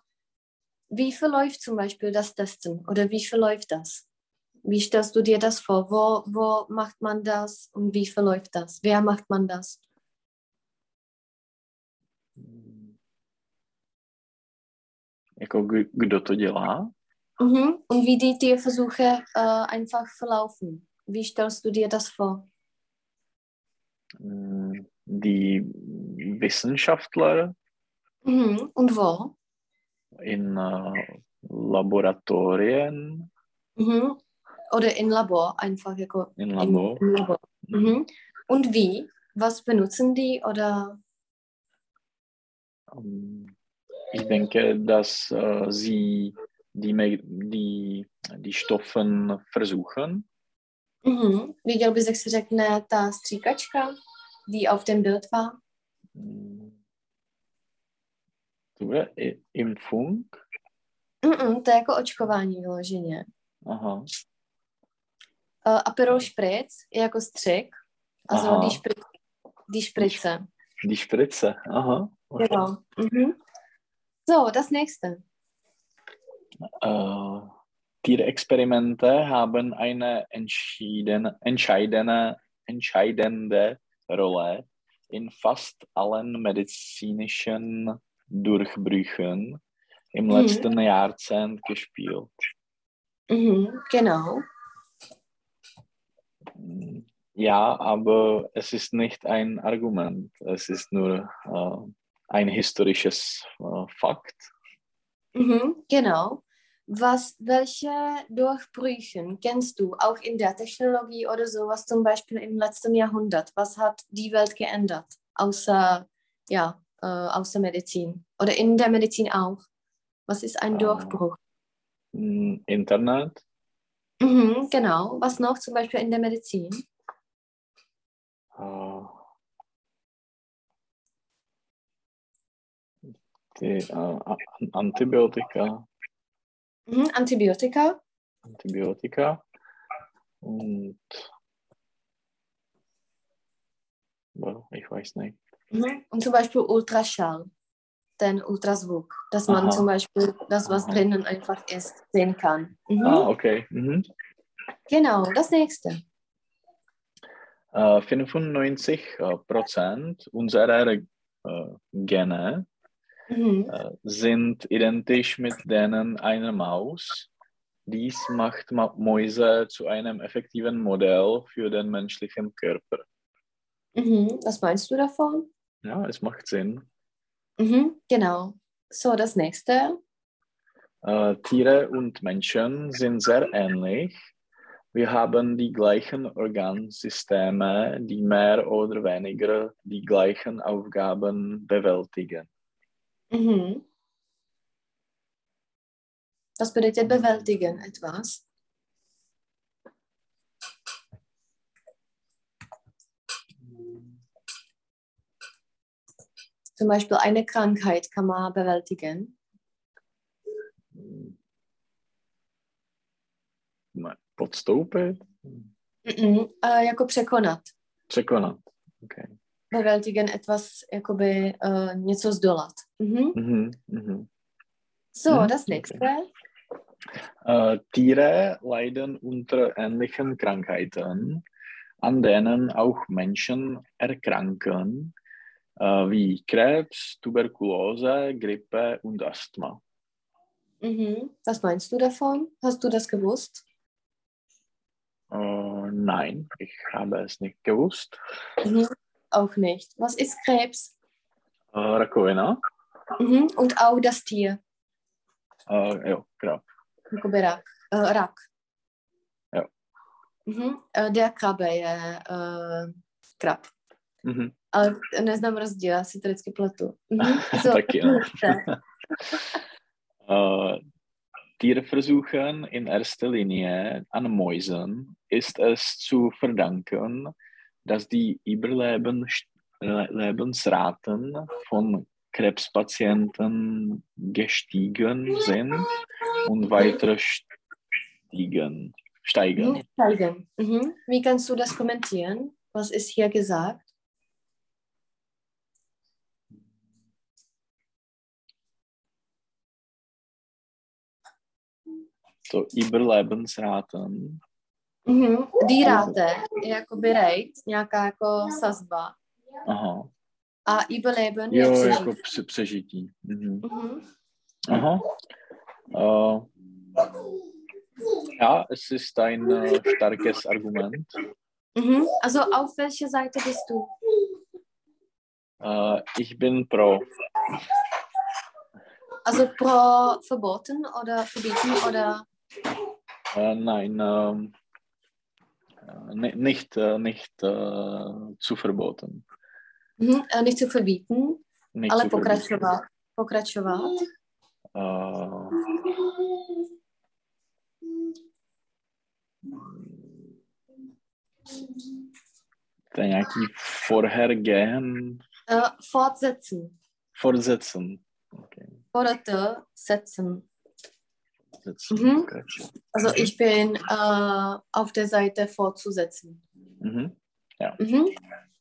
[SPEAKER 1] wie verläuft zum Beispiel das Testen oder wie verläuft das? Wie stellst du dir das vor? Wo, wo macht man das und wie verläuft das? Wer macht man das?
[SPEAKER 2] Jako kdy- kdo to dělá?
[SPEAKER 1] Mhm. Und wie die Tierversuche äh, einfach verlaufen? Wie stellst du dir das vor?
[SPEAKER 2] Mm, Die Wissenschaftler
[SPEAKER 1] Mhm. Und wo?
[SPEAKER 2] in äh, Laboratorien,
[SPEAKER 1] Mhm. Oder in Labor, einfach jako
[SPEAKER 2] in
[SPEAKER 1] in,
[SPEAKER 2] Labor.
[SPEAKER 1] Im Labor. Mhm. Und wie? Was benutzen die oder?
[SPEAKER 2] Ähm, Ich denke, dass äh, sie die, Me- die, die Stoffen versuchen.
[SPEAKER 1] Mhm. Viděl bys, jak se řekne ta stříkačka, die auf dem Bild war?
[SPEAKER 2] Mm. To bude i- Impfung.
[SPEAKER 1] Mm-mm, to je jako očkování vyloženě.
[SPEAKER 2] Aha.
[SPEAKER 1] Uh, Aperol špric je jako střik a
[SPEAKER 2] Mhm. Aha.
[SPEAKER 1] zrodí špric, die šprice.
[SPEAKER 2] Die Spritze. Aha.
[SPEAKER 1] Jo. Mhm. So, das nächste.
[SPEAKER 2] Äh, Tierexperimente haben eine entschieden, entscheidende, entscheidende Rolle in fast allen medizinischen Durchbrüchen im
[SPEAKER 1] Mhm.
[SPEAKER 2] letzten Jahrzehnt gespielt.
[SPEAKER 1] Mhm, genau.
[SPEAKER 2] Ja, aber es ist nicht ein Argument, es ist nur äh, ein historisches äh, Fakt.
[SPEAKER 1] Mhm, genau. Was, welche Durchbrüche kennst du auch in der Technologie oder sowas zum Beispiel im letzten Jahrhundert? Was hat die Welt geändert, außer, ja, äh, außer Medizin oder in der Medizin auch? Was ist ein
[SPEAKER 2] Ah.
[SPEAKER 1] Durchbruch?
[SPEAKER 2] Mm, Internet,
[SPEAKER 1] Mhm, genau. Was noch zum Beispiel in der Medizin?
[SPEAKER 2] äh, die äh, A- Antibiotika,
[SPEAKER 1] Mhm, Antibiotika.
[SPEAKER 2] Antibiotika und well, ich weiß nicht.
[SPEAKER 1] Mhm. Und zum Beispiel Ultraschall, den Ultrazvuk, dass man
[SPEAKER 2] Aha.
[SPEAKER 1] zum Beispiel das, was
[SPEAKER 2] Aha.
[SPEAKER 1] drinnen einfach ist, sehen kann. Mhm.
[SPEAKER 2] Ah, okay. Mhm.
[SPEAKER 1] Genau, das nächste.
[SPEAKER 2] Äh, 95 äh, Prozent unserer äh, Gene
[SPEAKER 1] Mhm.
[SPEAKER 2] äh, sind identisch mit denen einer Maus. Dies macht Ma Mäuse zu einem effektiven Modell für den menschlichen Körper.
[SPEAKER 1] Mhm. Was meinst du davon?
[SPEAKER 2] Ja, es macht Sinn.
[SPEAKER 1] Mhm. Genau. So, das nächste.
[SPEAKER 2] Äh, Tiere und Menschen sind sehr ähnlich. Wir haben die gleichen Organsysteme, die mehr oder weniger die gleichen Aufgaben bewältigen.
[SPEAKER 1] Mhm. Das bedeutet bewältigen etwas. Zum Beispiel eine Krankheit kann man bewältigen.
[SPEAKER 2] Podstoupit?
[SPEAKER 1] Mm-mm, e, jako překonat.
[SPEAKER 2] Překonat. Okay.
[SPEAKER 1] Bewältigen etwas, jakoby e, něco zdolat. Mhm.
[SPEAKER 2] Mhm, mhm.
[SPEAKER 1] So,
[SPEAKER 2] Mhm,
[SPEAKER 1] das
[SPEAKER 2] okay.
[SPEAKER 1] nächste.
[SPEAKER 2] Äh, Tiere leiden unter ähnlichen Krankheiten, an denen auch Menschen erkranken, äh, wie Krebs, Tuberkulose, Grippe und Asthma.
[SPEAKER 1] Mhm. Was meinst du davon? Hast du das gewusst?
[SPEAKER 2] Äh, nein, ich habe es nicht gewusst.
[SPEAKER 1] Mhm. Auch nicht. Was ist Krebs?
[SPEAKER 2] Äh, Rakovina?
[SPEAKER 1] Mhm. Und auch das Tier,
[SPEAKER 2] Äh, jo, Krab.
[SPEAKER 1] jakoby rak. E, rak.
[SPEAKER 2] Jo.
[SPEAKER 1] Mhm. E, Der krabbe je e, krab. Äh, ne
[SPEAKER 2] Mhm.
[SPEAKER 1] Ale neznám rozdíl, já si to vždycky pletu. Mhm.
[SPEAKER 2] Taky, no.
[SPEAKER 1] Zlobte.
[SPEAKER 2] Äh, Tierversuchen in erster Linie an Mäusen ist es zu verdanken, dass die Überleben Le- Lebensraten von Krebspatienten gestiegen sind und weiter stiegen, steigen.
[SPEAKER 1] Mhm. Zeigen. Mhm. Wie kannst du das kommentieren? Was ist hier gesagt?
[SPEAKER 2] So Überlebensraten.
[SPEAKER 1] Mhm. Die Rate je jakoby rate, nějaká jako sazba.
[SPEAKER 2] Aha.
[SPEAKER 1] A Überleben je
[SPEAKER 2] Jo,
[SPEAKER 1] přežití.
[SPEAKER 2] jako pře- přežití. Mhm.
[SPEAKER 1] Mhm.
[SPEAKER 2] Aha. Äh, ja, es ist ein äh, starkes Argument.
[SPEAKER 1] Mhm. Also auf welcher Seite bist du?
[SPEAKER 2] Äh, ich bin pro.
[SPEAKER 1] Also pro verboten oder verbieten oder
[SPEAKER 2] Äh, nein, ähm, äh, ni- nicht, äh, nicht äh, zu verboten.
[SPEAKER 1] mhm. äh, nicht zu verbieten,
[SPEAKER 2] Nicht
[SPEAKER 1] ale
[SPEAKER 2] zu verbieten.
[SPEAKER 1] pokračovat. Pokračovat.
[SPEAKER 2] Äh, to je nějaký vorhergehen,
[SPEAKER 1] Äh, fortsetzen.
[SPEAKER 2] fortsetzen. Okay.
[SPEAKER 1] Forte setzen.
[SPEAKER 2] setzen,
[SPEAKER 1] Mhm.
[SPEAKER 2] pokračovat.
[SPEAKER 1] Also ich bin äh, auf der Seite fortzusetzen.
[SPEAKER 2] Mhm.
[SPEAKER 1] Mhm.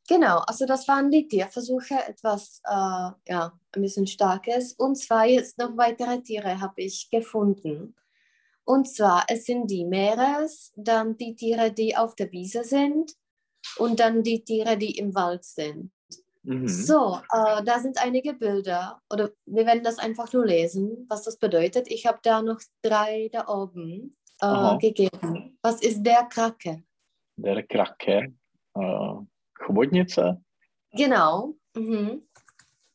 [SPEAKER 1] Genau, also das waren die Tierversuche, etwas äh, ja, ein bisschen starkes. Und zwar jetzt noch weitere Tiere habe ich gefunden. Und zwar, es sind die Meeres, dann die Tiere, die auf der Wiese sind und dann die Tiere, die im Wald sind.
[SPEAKER 2] Mhm.
[SPEAKER 1] So, äh, da sind einige Bilder oder wir werden das einfach nur lesen, was das bedeutet. Ich habe da noch drei da oben
[SPEAKER 2] Aha.
[SPEAKER 1] äh, gegeben. Was ist der Krake?
[SPEAKER 2] Der Krake. Äh, chobotnice?
[SPEAKER 1] Genau. Mhm.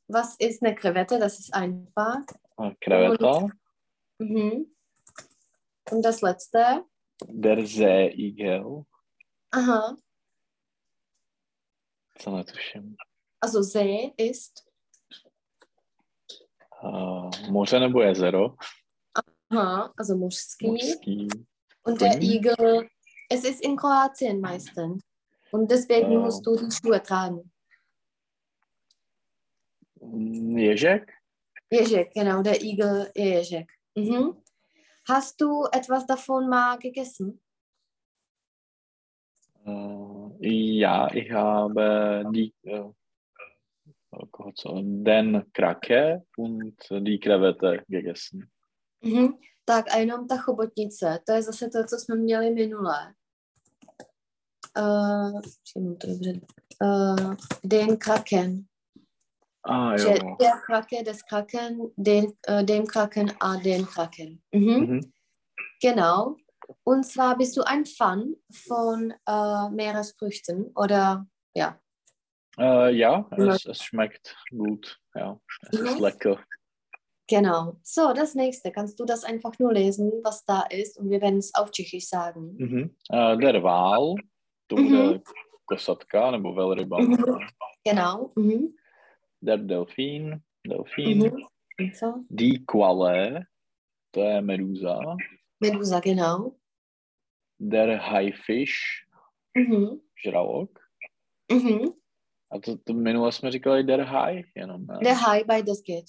[SPEAKER 1] Was ist eine Krevette? Das ist einfach.
[SPEAKER 2] Äh, kreveta.
[SPEAKER 1] Mhm. Und das letzte.
[SPEAKER 2] Der Seeigel.
[SPEAKER 1] Aha.
[SPEAKER 2] Co netuším.
[SPEAKER 1] Also See ist.
[SPEAKER 2] Uh, moře nebo jezero?
[SPEAKER 1] Aha. Also Muschski.
[SPEAKER 2] Mořský.
[SPEAKER 1] Und der
[SPEAKER 2] Mhm.
[SPEAKER 1] Igel. Es ist in Kroatien meistens. Und deswegen
[SPEAKER 2] Ja.
[SPEAKER 1] musst du die Schuhe tragen.
[SPEAKER 2] Mm, Ježek?
[SPEAKER 1] Ježek, genau. Der Igel, je Ježek. Mhm. Hast du etwas davon mal gegessen?
[SPEAKER 2] Uh, já, ich habe die, uh, koho co, den Krake und die Krevete gegessen.
[SPEAKER 1] Mhm. Tak a jenom ta chobotnice, to je zase to, co jsme měli minule. Uh, přijmu to dobře. Uh, den Kraken.
[SPEAKER 2] A ah,
[SPEAKER 1] Že
[SPEAKER 2] jo.
[SPEAKER 1] der Kraken, des Kraken, den, uh, dem Kraken a den Kraken. Mhm.
[SPEAKER 2] Mhm.
[SPEAKER 1] Genau. Und zwar bist du ein Fan von uh, Meeresfrüchten oder ja.
[SPEAKER 2] Uh, ja,
[SPEAKER 1] Ja.
[SPEAKER 2] es, es schmeckt gut. Ja, es ist
[SPEAKER 1] No. Mhm.
[SPEAKER 2] lecker.
[SPEAKER 1] Genau. So, das nächste. Kannst du das einfach nur lesen, was da ist? Und wir werden es auf Tschechisch sagen.
[SPEAKER 2] Mhm. Uh, der Vál, to
[SPEAKER 1] Mhm.
[SPEAKER 2] bude kosatka nebo velryba.
[SPEAKER 1] Mhm. Genau. Mhm.
[SPEAKER 2] Der Delfín, delfín.
[SPEAKER 1] Mhm. Und so.
[SPEAKER 2] Die Quale, to je medúza.
[SPEAKER 1] Medusa, genau.
[SPEAKER 2] Der Highfish,
[SPEAKER 1] Mhm.
[SPEAKER 2] žralok.
[SPEAKER 1] Mhm.
[SPEAKER 2] A to, to minule jsme říkali der Hai jenom. Ne?
[SPEAKER 1] Der Hai bei das geht.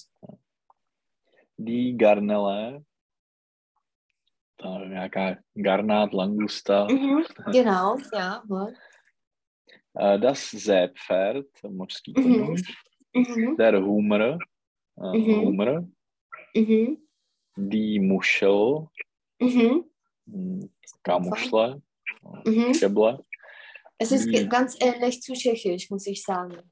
[SPEAKER 2] Die Garnele, to nevím, nějaká garnát, langusta,
[SPEAKER 1] Mhm. Genau, ja, wohl.
[SPEAKER 2] eh, das Seepferd, mořský
[SPEAKER 1] Mhm.
[SPEAKER 2] koní,
[SPEAKER 1] Mhm.
[SPEAKER 2] der Hummer, eh,
[SPEAKER 1] Mhm.
[SPEAKER 2] Hummer,
[SPEAKER 1] Mhm.
[SPEAKER 2] die Muschel,
[SPEAKER 1] Mhm.
[SPEAKER 2] hm, kamušle,
[SPEAKER 1] Mhm.
[SPEAKER 2] šeble,
[SPEAKER 1] Es ist ge-
[SPEAKER 2] Mhm.
[SPEAKER 1] ganz ähnlich zu Tschechisch, muss ich sagen.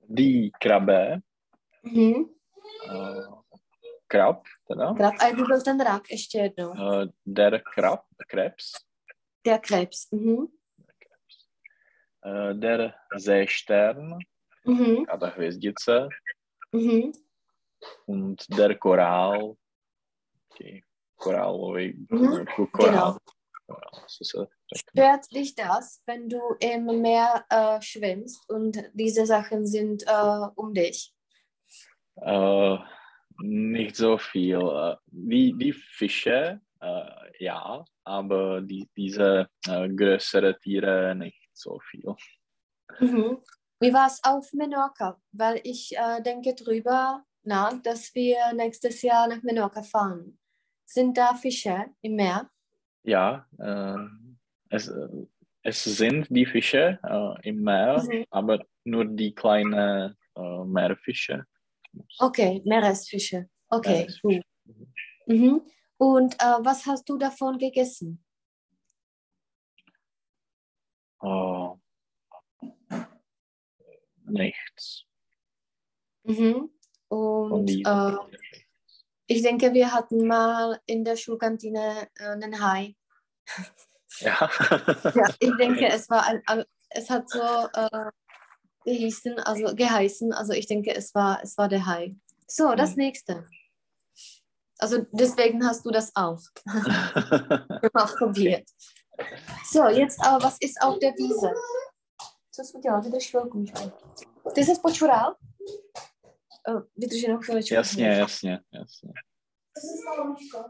[SPEAKER 2] die Krabbe,
[SPEAKER 1] Mhm.
[SPEAKER 2] eh, krab, teda,
[SPEAKER 1] Krab, a byl ten rak ještě jednou.
[SPEAKER 2] eh, der krab, krebs,
[SPEAKER 1] Der Krebs. Mhm.
[SPEAKER 2] eh, der Seestern,
[SPEAKER 1] Mhm.
[SPEAKER 2] a ta hvězdice,
[SPEAKER 1] Mhm.
[SPEAKER 2] und der Korál, ti korálový,
[SPEAKER 1] Mhm,
[SPEAKER 2] ko- korál, korál, co se řekne.
[SPEAKER 1] Stört dich das, wenn du im Meer äh, schwimmst und diese Sachen sind äh, um dich?
[SPEAKER 2] Uh, nicht so viel. eh, die, die Fische, eh, ja, aber die, diese eh, größere Tiere nicht so viel.
[SPEAKER 1] Mhm. Wie war es auf Menorca? Weil ich äh, denke drüber nach, dass wir nächstes Jahr nach Menorca fahren. Sind da Fische im Meer?
[SPEAKER 2] Ja, eh, es, eh, es sind die Fische eh, im Meer,
[SPEAKER 1] Mhm.
[SPEAKER 2] aber nur die kleinen eh, Meerfische.
[SPEAKER 1] Okay, Meeresfische. Okay,
[SPEAKER 2] Meeresfische.
[SPEAKER 1] gut. Mhm. Und äh, was hast du davon gegessen?
[SPEAKER 2] Oh. Nichts.
[SPEAKER 1] Mhm.
[SPEAKER 2] Von
[SPEAKER 1] Und
[SPEAKER 2] diesen
[SPEAKER 1] äh,
[SPEAKER 2] Tieren.
[SPEAKER 1] ich denke, wir hatten mal in der Schulkantine äh, einen Hai.
[SPEAKER 2] Ja.
[SPEAKER 1] Ja, ich denke, es war ein, ein- es hat so äh, gehießen, also geheißen, also ich denke, es war, es war der Hai. So, das
[SPEAKER 2] Mhm.
[SPEAKER 1] nächste. Also deswegen hast du das auch mal probiert. So, jetzt aber, was ist auf der Wiese? Co jsi udělal? Ty jdeš chvilku, Míško. Ty jsi počural? Eh, Vydrž jenom chviličku.
[SPEAKER 2] jasně, jasně, jasně.
[SPEAKER 1] Co se stalo, Míško?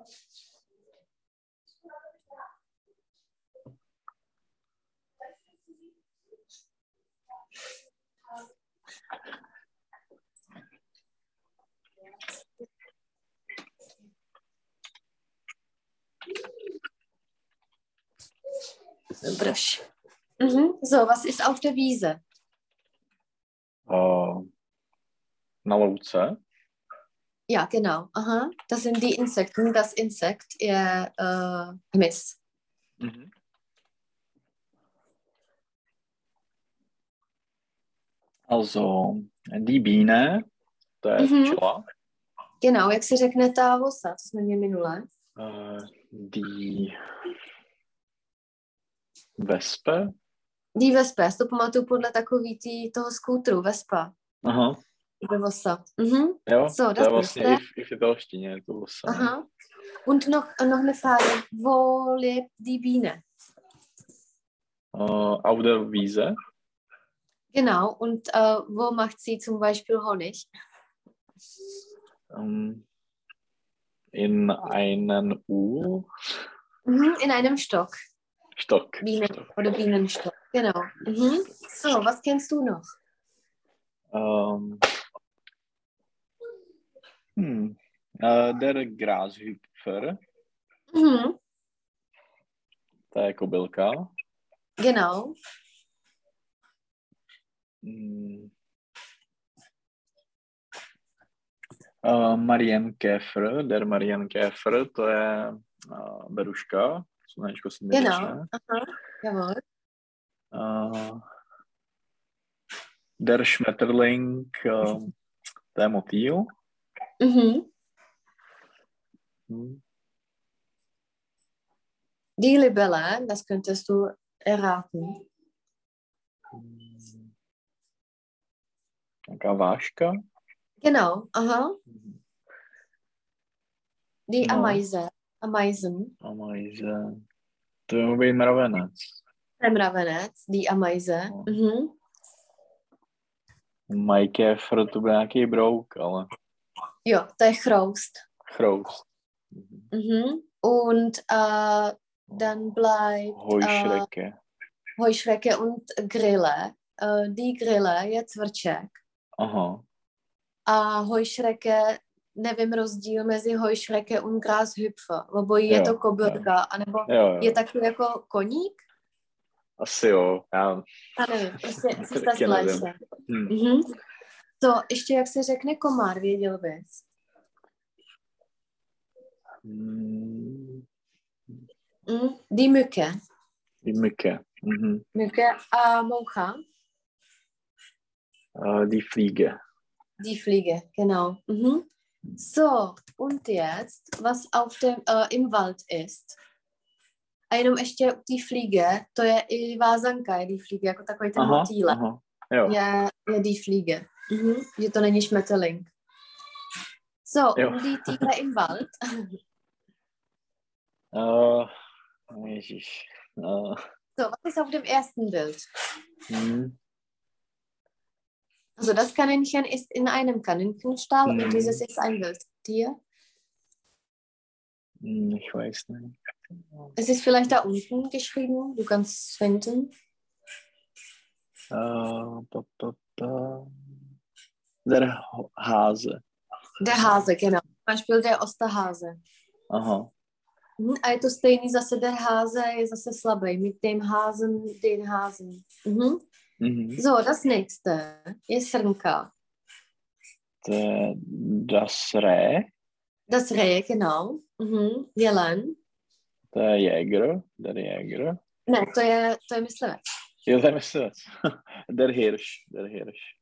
[SPEAKER 1] Brž. Mhm. So, was ist auf der Wiese?
[SPEAKER 2] O, na louce.
[SPEAKER 1] Ja, genau. Aha. Das sind die Insekten. Das Insekt, ihr äh, Mist.
[SPEAKER 2] Mhm. Also, die Biene, to je
[SPEAKER 1] Mhm.
[SPEAKER 2] včela.
[SPEAKER 1] Genau, jak se řekne ta vosa, co jsme měli minule.
[SPEAKER 2] Uh, die Vespe.
[SPEAKER 1] Dí Vespa, já si to pamatuju podle takový tý, toho skútru, Vespa,
[SPEAKER 2] Aha.
[SPEAKER 1] nebo vosa. Mhm.
[SPEAKER 2] Jo,
[SPEAKER 1] Co,
[SPEAKER 2] to je
[SPEAKER 1] das
[SPEAKER 2] vlastně
[SPEAKER 1] jste?
[SPEAKER 2] i v, i v italštině, je to vosa.
[SPEAKER 1] Aha. Und noch, noch eine Frage. Wo lebt die Biene?
[SPEAKER 2] Uh, auf der Wiese,
[SPEAKER 1] Genau, und äh, wo macht sie zum Beispiel Honig?
[SPEAKER 2] ähm, in einen U,
[SPEAKER 1] Mhm. In einem Stock.
[SPEAKER 2] Stock.
[SPEAKER 1] Biene
[SPEAKER 2] Stock.
[SPEAKER 1] oder Bienenstock. Genau. Mhm. So, was kennst du noch?
[SPEAKER 2] Ähm, hm, äh, der Grashüpfer,
[SPEAKER 1] Mhm.
[SPEAKER 2] to je kobylka.
[SPEAKER 1] Genau.
[SPEAKER 2] Hm. Uh, Marian Käfer, der Marian Käfer, to je uh, beruška, slunečko sedmičné.
[SPEAKER 1] Genau. Aha. Jawohl.
[SPEAKER 2] Uh, Der Schmetterling, uh, to je motýl.
[SPEAKER 1] Mhm.
[SPEAKER 2] Hm.
[SPEAKER 1] Die Libelle, das könntest du erraten.
[SPEAKER 2] Hmm. Nějaká váška.
[SPEAKER 1] Genau. no, Aha. Die
[SPEAKER 2] Mhm. No.
[SPEAKER 1] Ameise. Ameisen.
[SPEAKER 2] A mají, že to je být mravenec.
[SPEAKER 1] Ten mravenec, die Ameise.
[SPEAKER 2] No.
[SPEAKER 1] Mhm.
[SPEAKER 2] Mají kéfr, to byl nějaký brouk, ale
[SPEAKER 1] Jo, to je chroust.
[SPEAKER 2] chroust. Mhm.
[SPEAKER 1] Mhm. Und äh, dann bleibt.
[SPEAKER 2] Hojšreke.
[SPEAKER 1] Heuschrecke und Grille. Äh, die Grille je cvrček
[SPEAKER 2] Aha.
[SPEAKER 1] a hojšreke, nevím rozdíl mezi hojšrekem a grashüpfer. Obojí je
[SPEAKER 2] Jo,
[SPEAKER 1] to kobylka, anebo
[SPEAKER 2] Jo, jo.
[SPEAKER 1] je taky jako koník?
[SPEAKER 2] Asi jo. Já...
[SPEAKER 1] A nevím, prostě jsi ta
[SPEAKER 2] Taky nevím.
[SPEAKER 1] sláše.
[SPEAKER 2] Hm.
[SPEAKER 1] Mhm. To ještě jak se řekne komár, věděl bys?
[SPEAKER 2] Hm.
[SPEAKER 1] Mm? Die Mücke.
[SPEAKER 2] I myke. Mhm.
[SPEAKER 1] Mücke a moucha.
[SPEAKER 2] Äh, die Fliege.
[SPEAKER 1] Die Fliege, genau. Mhm. So, und jetzt, was auf dem, äh, im Wald ist. A jenom ještě die Fliege, to je i vázanka, je die Fliege, jako takový ten
[SPEAKER 2] Aha,
[SPEAKER 1] motýlek.
[SPEAKER 2] aha. Jo.
[SPEAKER 1] je, je die Fliege. Mhm. Že to není šmeteling. So,
[SPEAKER 2] Jo.
[SPEAKER 1] jo. die Tiere im Wald.
[SPEAKER 2] Äh, ježiš. Äh,
[SPEAKER 1] So, was ist auf dem ersten Bild?
[SPEAKER 2] hm.
[SPEAKER 1] Also das Kaninchen ist in einem Kaninchenstall
[SPEAKER 2] Mhm.
[SPEAKER 1] und dieses ist ein Wildtier.
[SPEAKER 2] Hm, Ich weiß nicht.
[SPEAKER 1] Es ist vielleicht da unten geschrieben, du kannst es finden.
[SPEAKER 2] Äh, ba, ba, ba. Der Ho- Hase.
[SPEAKER 1] Der Hase, genau. Zum Beispiel der Osterhase.
[SPEAKER 2] Aha.
[SPEAKER 1] Mhm. A je to stejný zase, der Hase je zase slabý. Mit dem Hasen, den Hasen. Mhm.
[SPEAKER 2] Mhm.
[SPEAKER 1] So, das nächste je Srnka.
[SPEAKER 2] Der, das Reh.
[SPEAKER 1] Das Reh, genau. Mhm. Jelen.
[SPEAKER 2] Der Jäger. Der Jäger.
[SPEAKER 1] Ne, to je, to je myslivec.
[SPEAKER 2] Jo, to je myslivec. Der Hirsch. Der Hirsch.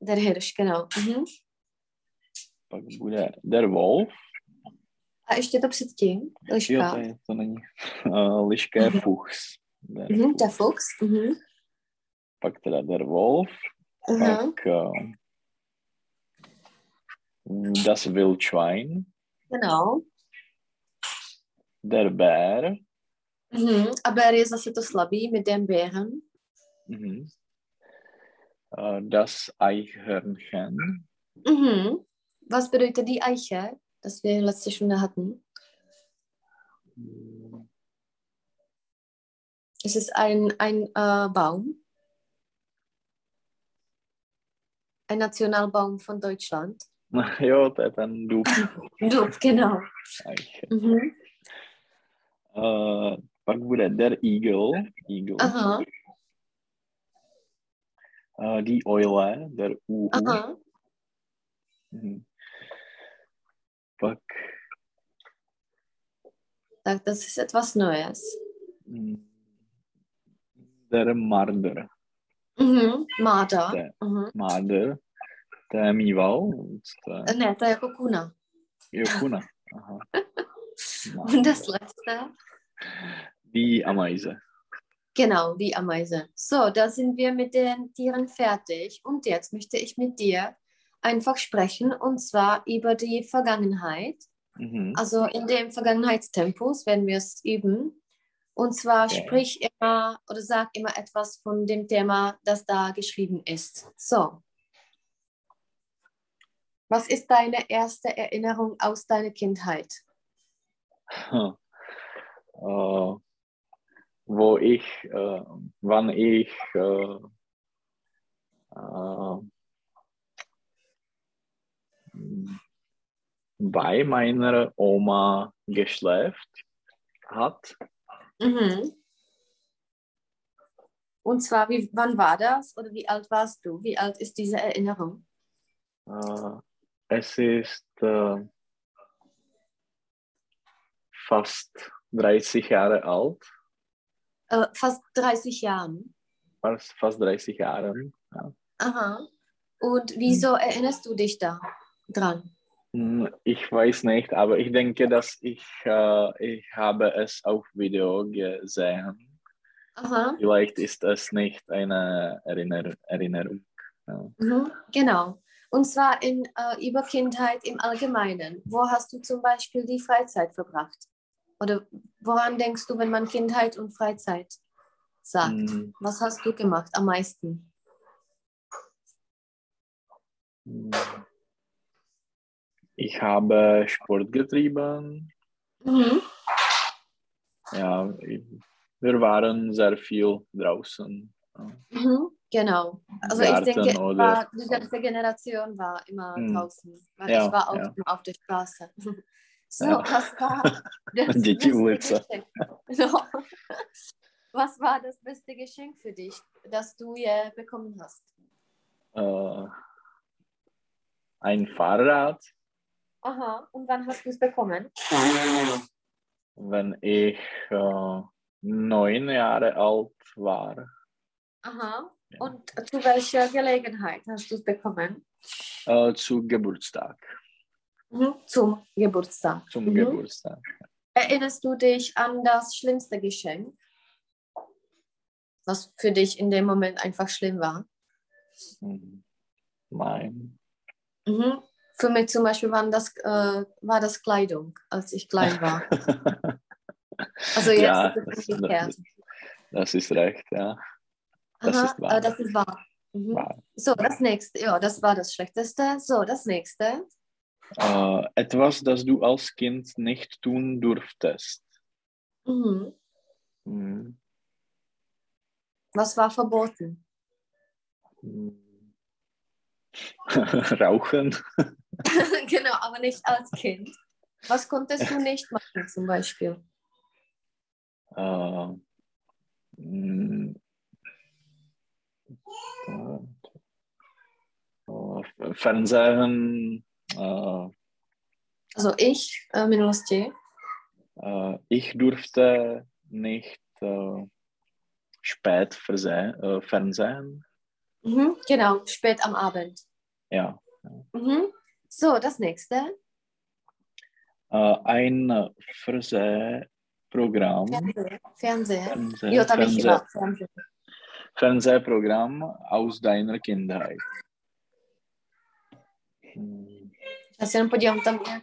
[SPEAKER 1] Der Hirsch, genau. Mhm.
[SPEAKER 2] Pak bude Der Wolf.
[SPEAKER 1] A ještě to předtím,
[SPEAKER 2] Jo,
[SPEAKER 1] liška.
[SPEAKER 2] to, je, to není. Uh, liška je Fuchs. Der,
[SPEAKER 1] Mhm, der Fuchs. Mhm.
[SPEAKER 2] Pak teda Der Wolf.
[SPEAKER 1] Aha.
[SPEAKER 2] Pak uh, Das Wildschwein.
[SPEAKER 1] Genau.
[SPEAKER 2] Der Bär.
[SPEAKER 1] Mhm. A Bér je zase to slabý, my jdem Bären.
[SPEAKER 2] Mhm. Äh, Das Eichhörnchen.
[SPEAKER 1] Mhm. Was bedeutet die Eiche, das wir letzte Stunde hatten? Es ist ein, ein äh, Baum. Ein Nationalbaum von Deutschland.
[SPEAKER 2] Jo, to je ten dub.
[SPEAKER 1] Dub, genau.
[SPEAKER 2] Eiche.
[SPEAKER 1] Mhm.
[SPEAKER 2] Äh, Pak bude Der Eagle. Eagle.
[SPEAKER 1] Aha,
[SPEAKER 2] Äh, Die Eule. Der Uhu.
[SPEAKER 1] aha.
[SPEAKER 2] Mhm. Pak
[SPEAKER 1] Tak das ist etwas Neues.
[SPEAKER 2] mm, Der Marder.
[SPEAKER 1] Mhm. Marder.
[SPEAKER 2] Ne.
[SPEAKER 1] Mhm.
[SPEAKER 2] Marder. To je mýval. To je
[SPEAKER 1] Ne, to je jako kuna.
[SPEAKER 2] jo, kuna. Aha.
[SPEAKER 1] Und
[SPEAKER 2] Marder.
[SPEAKER 1] das letzte?
[SPEAKER 2] Die Ameise.
[SPEAKER 1] Genau, die Ameise. So, da sind wir mit den Tieren fertig. Und jetzt möchte ich mit dir einfach sprechen und zwar über die Vergangenheit.
[SPEAKER 2] Mhm.
[SPEAKER 1] Also in dem Vergangenheitstempus werden wir es üben. Und zwar
[SPEAKER 2] Okay.
[SPEAKER 1] sprich immer oder sag immer etwas von dem Thema, das da geschrieben ist. So. Was ist deine erste Erinnerung aus deiner Kindheit?
[SPEAKER 2] Hm. Äh, wo ich, äh, wann ich äh, äh, m, bei meiner Oma geschläft hat.
[SPEAKER 1] Mhm. Und zwar, wie, wann war das oder wie alt warst du? Wie alt ist diese Erinnerung?
[SPEAKER 2] Äh, es ist äh, fast 30 Jahre alt,
[SPEAKER 1] Äh, fast 30 Jahren.
[SPEAKER 2] fast, fast 30 Jahre.
[SPEAKER 1] Aha. Und wieso erinnerst du dich da dran?
[SPEAKER 2] Hm, Ich weiß nicht, aber ich denke, dass ich, äh, ich habe es auf Video gesehen.
[SPEAKER 1] Aha.
[SPEAKER 2] Vielleicht ist es nicht eine Erinner Erinnerung.
[SPEAKER 1] Mhm. Genau. Und zwar in, äh, über Kindheit im Allgemeinen. Wo hast du zum Beispiel die Freizeit verbracht? Oder woran denkst du, wenn man Kindheit und Freizeit sagt?
[SPEAKER 2] Hm,
[SPEAKER 1] Was hast du gemacht am meisten?
[SPEAKER 2] hm. Ich habe Sport getrieben,
[SPEAKER 1] Mhm.
[SPEAKER 2] ja, wir waren sehr viel draußen.
[SPEAKER 1] Mhm, genau. Also
[SPEAKER 2] Garten
[SPEAKER 1] ich denke,
[SPEAKER 2] oder-
[SPEAKER 1] war, die ganze Generation war immer
[SPEAKER 2] Hm.
[SPEAKER 1] draußen, weil
[SPEAKER 2] Ja,
[SPEAKER 1] ich war auch
[SPEAKER 2] ja.
[SPEAKER 1] immer auf der Straße. So,
[SPEAKER 2] Ja.
[SPEAKER 1] was war das
[SPEAKER 2] Die
[SPEAKER 1] beste
[SPEAKER 2] Ulica.
[SPEAKER 1] Geschenk? So. Was war das beste Geschenk für dich, das du je bekommen hast?
[SPEAKER 2] Äh, ein Fahrrad,
[SPEAKER 1] Aha, und wann hast du es bekommen?
[SPEAKER 2] wenn ich äh, neun Jahre alt war.
[SPEAKER 1] Aha,
[SPEAKER 2] Ja.
[SPEAKER 1] und zu welcher Gelegenheit hast du es bekommen?
[SPEAKER 2] Äh, zu Geburtstag.
[SPEAKER 1] Mhm. Zum Geburtstag.
[SPEAKER 2] Zum
[SPEAKER 1] Mhm.
[SPEAKER 2] Geburtstag.
[SPEAKER 1] Erinnerst du dich an das schlimmste Geschenk? Was für dich in dem Moment einfach schlimm war?
[SPEAKER 2] Mhm. Nein.
[SPEAKER 1] Mhm. Für mich zum Beispiel waren das, äh, war das Kleidung, als ich klein war. Also jetzt
[SPEAKER 2] Ja,
[SPEAKER 1] ist es
[SPEAKER 2] das-
[SPEAKER 1] umgekehrt.
[SPEAKER 2] das ist recht, ja. das
[SPEAKER 1] Aha,
[SPEAKER 2] ist wahr.
[SPEAKER 1] äh, Das ist wahr. Mhm.
[SPEAKER 2] Wahr.
[SPEAKER 1] So, das nächste. Ja, das war das Schlechteste. So, das nächste.
[SPEAKER 2] Äh, etwas, das du als Kind nicht tun durftest.
[SPEAKER 1] Mhm.
[SPEAKER 2] Mhm.
[SPEAKER 1] Was war verboten?
[SPEAKER 2] Mhm. Rauchen.
[SPEAKER 1] genau, aber nicht als Kind. Was konntest du nicht machen zum Beispiel?
[SPEAKER 2] Äh, mhm. mh, äh, Fernsehen. Äh,
[SPEAKER 1] Also ich, äh, Minulosti.
[SPEAKER 2] äh, ich durfte nicht äh, spät verse- äh, fernsehen.
[SPEAKER 1] Mhm. Genau, spät am Abend.
[SPEAKER 2] Ja.
[SPEAKER 1] Mhm. So, das nächste.
[SPEAKER 2] Äh, ein Fernsehprogramm.
[SPEAKER 1] Fernsehen. Fernsehen.
[SPEAKER 2] Fernseh-
[SPEAKER 1] Jo, tam ich
[SPEAKER 2] Fernseh-
[SPEAKER 1] immer. Fernsehen.
[SPEAKER 2] Fernsehprogramm aus deiner Kindheit. Hm,
[SPEAKER 1] Já se jenom podívám tam nějak.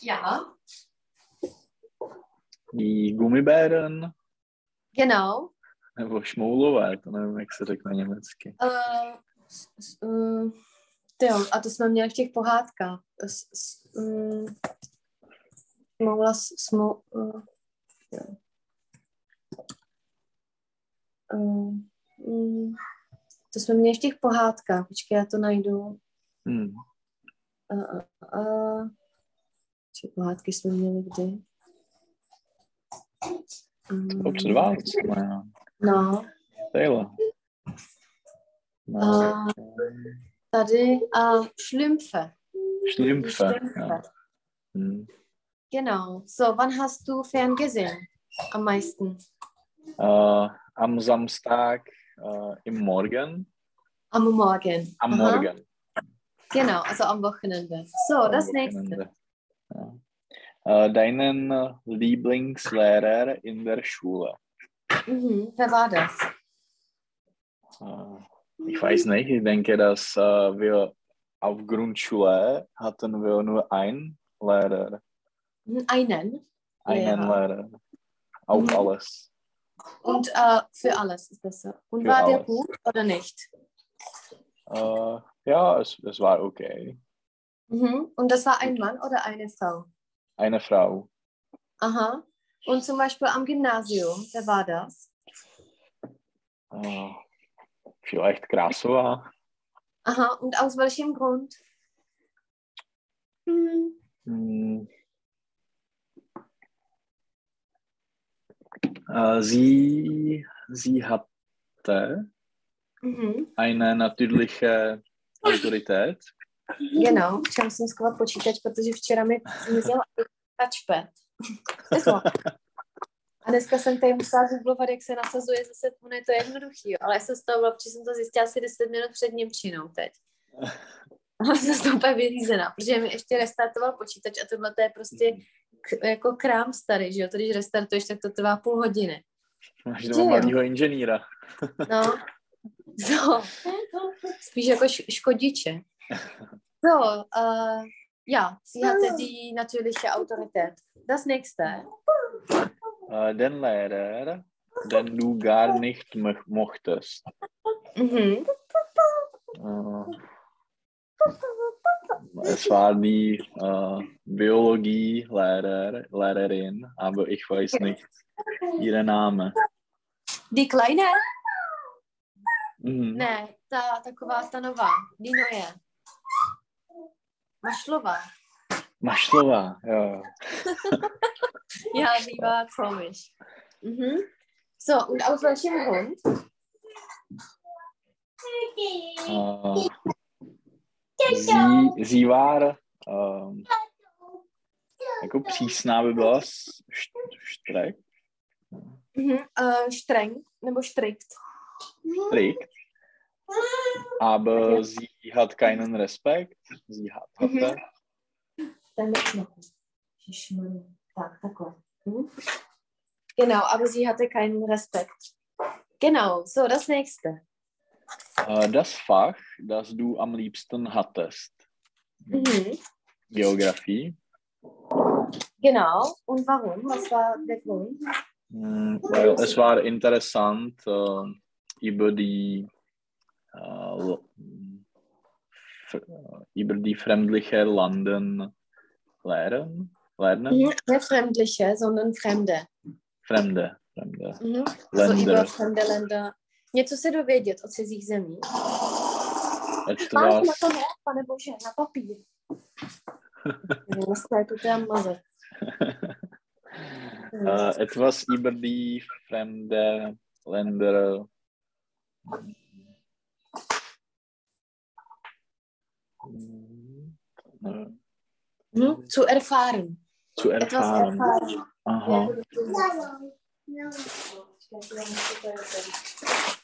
[SPEAKER 1] Ja,
[SPEAKER 2] Die Gummibären
[SPEAKER 1] genau.
[SPEAKER 2] nebo šmoulové, to nevím, jak se řekne německy.
[SPEAKER 1] Uh, s, s, uh, jo, a to jsme měli v těch pohádkách. S, s, um, smoula, s- smou, uh, uh, um, to jsme měli v těch pohádkách. Počkej, já to najdu.
[SPEAKER 2] Hm.
[SPEAKER 1] Uh, uh, uh, či pohádky jsme měli kdy?
[SPEAKER 2] To před
[SPEAKER 1] Um,
[SPEAKER 2] Vánocema,
[SPEAKER 1] no.
[SPEAKER 2] Taylor. No,
[SPEAKER 1] A eh, tady a šlimpfe.
[SPEAKER 2] Schlimpfe.
[SPEAKER 1] Schlimpfe.
[SPEAKER 2] Ja. Hm.
[SPEAKER 1] Genau. So, wann hast du ferngesehen? Am meisten?
[SPEAKER 2] Äh, am Samstag äh, im Morgen.
[SPEAKER 1] Am Morgen.
[SPEAKER 2] Am
[SPEAKER 1] Aha.
[SPEAKER 2] Morgen.
[SPEAKER 1] Genau, also am Wochenende. So,
[SPEAKER 2] Am
[SPEAKER 1] das nächste.
[SPEAKER 2] Wochenende. Ja. Äh, deinen äh, Lieblingslehrer in der Schule.
[SPEAKER 1] Mhm. Wer war das?
[SPEAKER 2] Äh, Ich weiß nicht, ich denke, dass äh, wir auf Grundschule hatten wir nur einen Lehrer,
[SPEAKER 1] Mhm, Einen.
[SPEAKER 2] einen
[SPEAKER 1] Lehrer.
[SPEAKER 2] Lehrer. Auf
[SPEAKER 1] Mhm.
[SPEAKER 2] alles.
[SPEAKER 1] Und äh, für alles ist das so. Und
[SPEAKER 2] Für
[SPEAKER 1] war der
[SPEAKER 2] alles.
[SPEAKER 1] gut oder nicht?
[SPEAKER 2] Äh, ja, es, es war okay.
[SPEAKER 1] Mhm. Und das war ein Mann oder eine Frau?
[SPEAKER 2] Eine Frau.
[SPEAKER 1] Aha. Und zum Beispiel am Gymnasium, wer war das?
[SPEAKER 2] Äh, vielleicht Krasova.
[SPEAKER 1] Aha. Und aus welchem Grund? Mhm.
[SPEAKER 2] Hm. Äh, sie, sie hatte
[SPEAKER 1] Mhm.
[SPEAKER 2] eine natürliche Autorität.
[SPEAKER 1] Genau, chciałam z tym skład počítač, protože včera mi zmizel touchpad. Nezlo. A dneska jsem tady musela googlovat, jak se nasazuje zase, ono je to jednoduchý, jo, ale já jsem z toho byla, protože jsem to zjistila asi 10 minut před Němčinou teď. A jsem z toho úplně vyřízená, protože mi ještě restartoval počítač a tohle to je prostě k, jako krám starý, že jo, to když restartuješ, tak to trvá půl hodiny.
[SPEAKER 2] Máš
[SPEAKER 1] Jo,
[SPEAKER 2] doma
[SPEAKER 1] jo.
[SPEAKER 2] malého inženýra.
[SPEAKER 1] No, no. spíš jako š- škodiče. No, uh, Ja, sie hatte die natürliche Autorität. Das nächste.
[SPEAKER 2] Äh, den Lehrer, den du gar nicht mo mochtest.
[SPEAKER 1] Mhm.
[SPEAKER 2] Äh, es war die äh, Biologielehrer, Lehrerin, aber ich weiß nicht ihren Namen.
[SPEAKER 1] Die kleine?
[SPEAKER 2] Mhm.
[SPEAKER 1] Ne, ta taková ta nová. Dino je. Mašlova.
[SPEAKER 2] Mašlova, jo.
[SPEAKER 1] Ja, die war komisch. Mhm. So, und aus welchem Grund?
[SPEAKER 2] Äh, sie, sie war ähm, jako přísná by byla s- št- štrek,
[SPEAKER 1] Mhm. Äh, streng, nebo strikt.
[SPEAKER 2] strikt, aber sie hat keinen Respekt, sie hat, hatte,
[SPEAKER 1] Dann mit Knochen. Ježišmarja. Tak, takhle. Mhm. Genau, aber sie hatte keinen Respekt. Genau, so, das nächste.
[SPEAKER 2] äh, das Fach, das du am liebsten hattest,
[SPEAKER 1] Mhm.
[SPEAKER 2] Geografie,
[SPEAKER 1] Genau, und warum? Was war der Grund?
[SPEAKER 2] Mm, Weil es war interessant äh, über die äh, l- f- über eh, die fremdliche Landen lernen, lernen?
[SPEAKER 1] Mhm. Nicht Fremdliche, sondern Fremde.
[SPEAKER 2] Fremde, fremde.
[SPEAKER 1] Mhm. Also
[SPEAKER 2] Länder.
[SPEAKER 1] über fremde Länder. Něco se dovědět o cizích zemích.
[SPEAKER 2] Etwas,
[SPEAKER 1] ne, pane bože, na papír. Dneska je to teda mazec.
[SPEAKER 2] äh, etwas über die fremde Länder hmm, mm, äh,
[SPEAKER 1] Mhm. Zu erfahren.
[SPEAKER 2] zu
[SPEAKER 1] Etwas
[SPEAKER 2] erfahren.
[SPEAKER 1] erfahren.
[SPEAKER 2] Aha.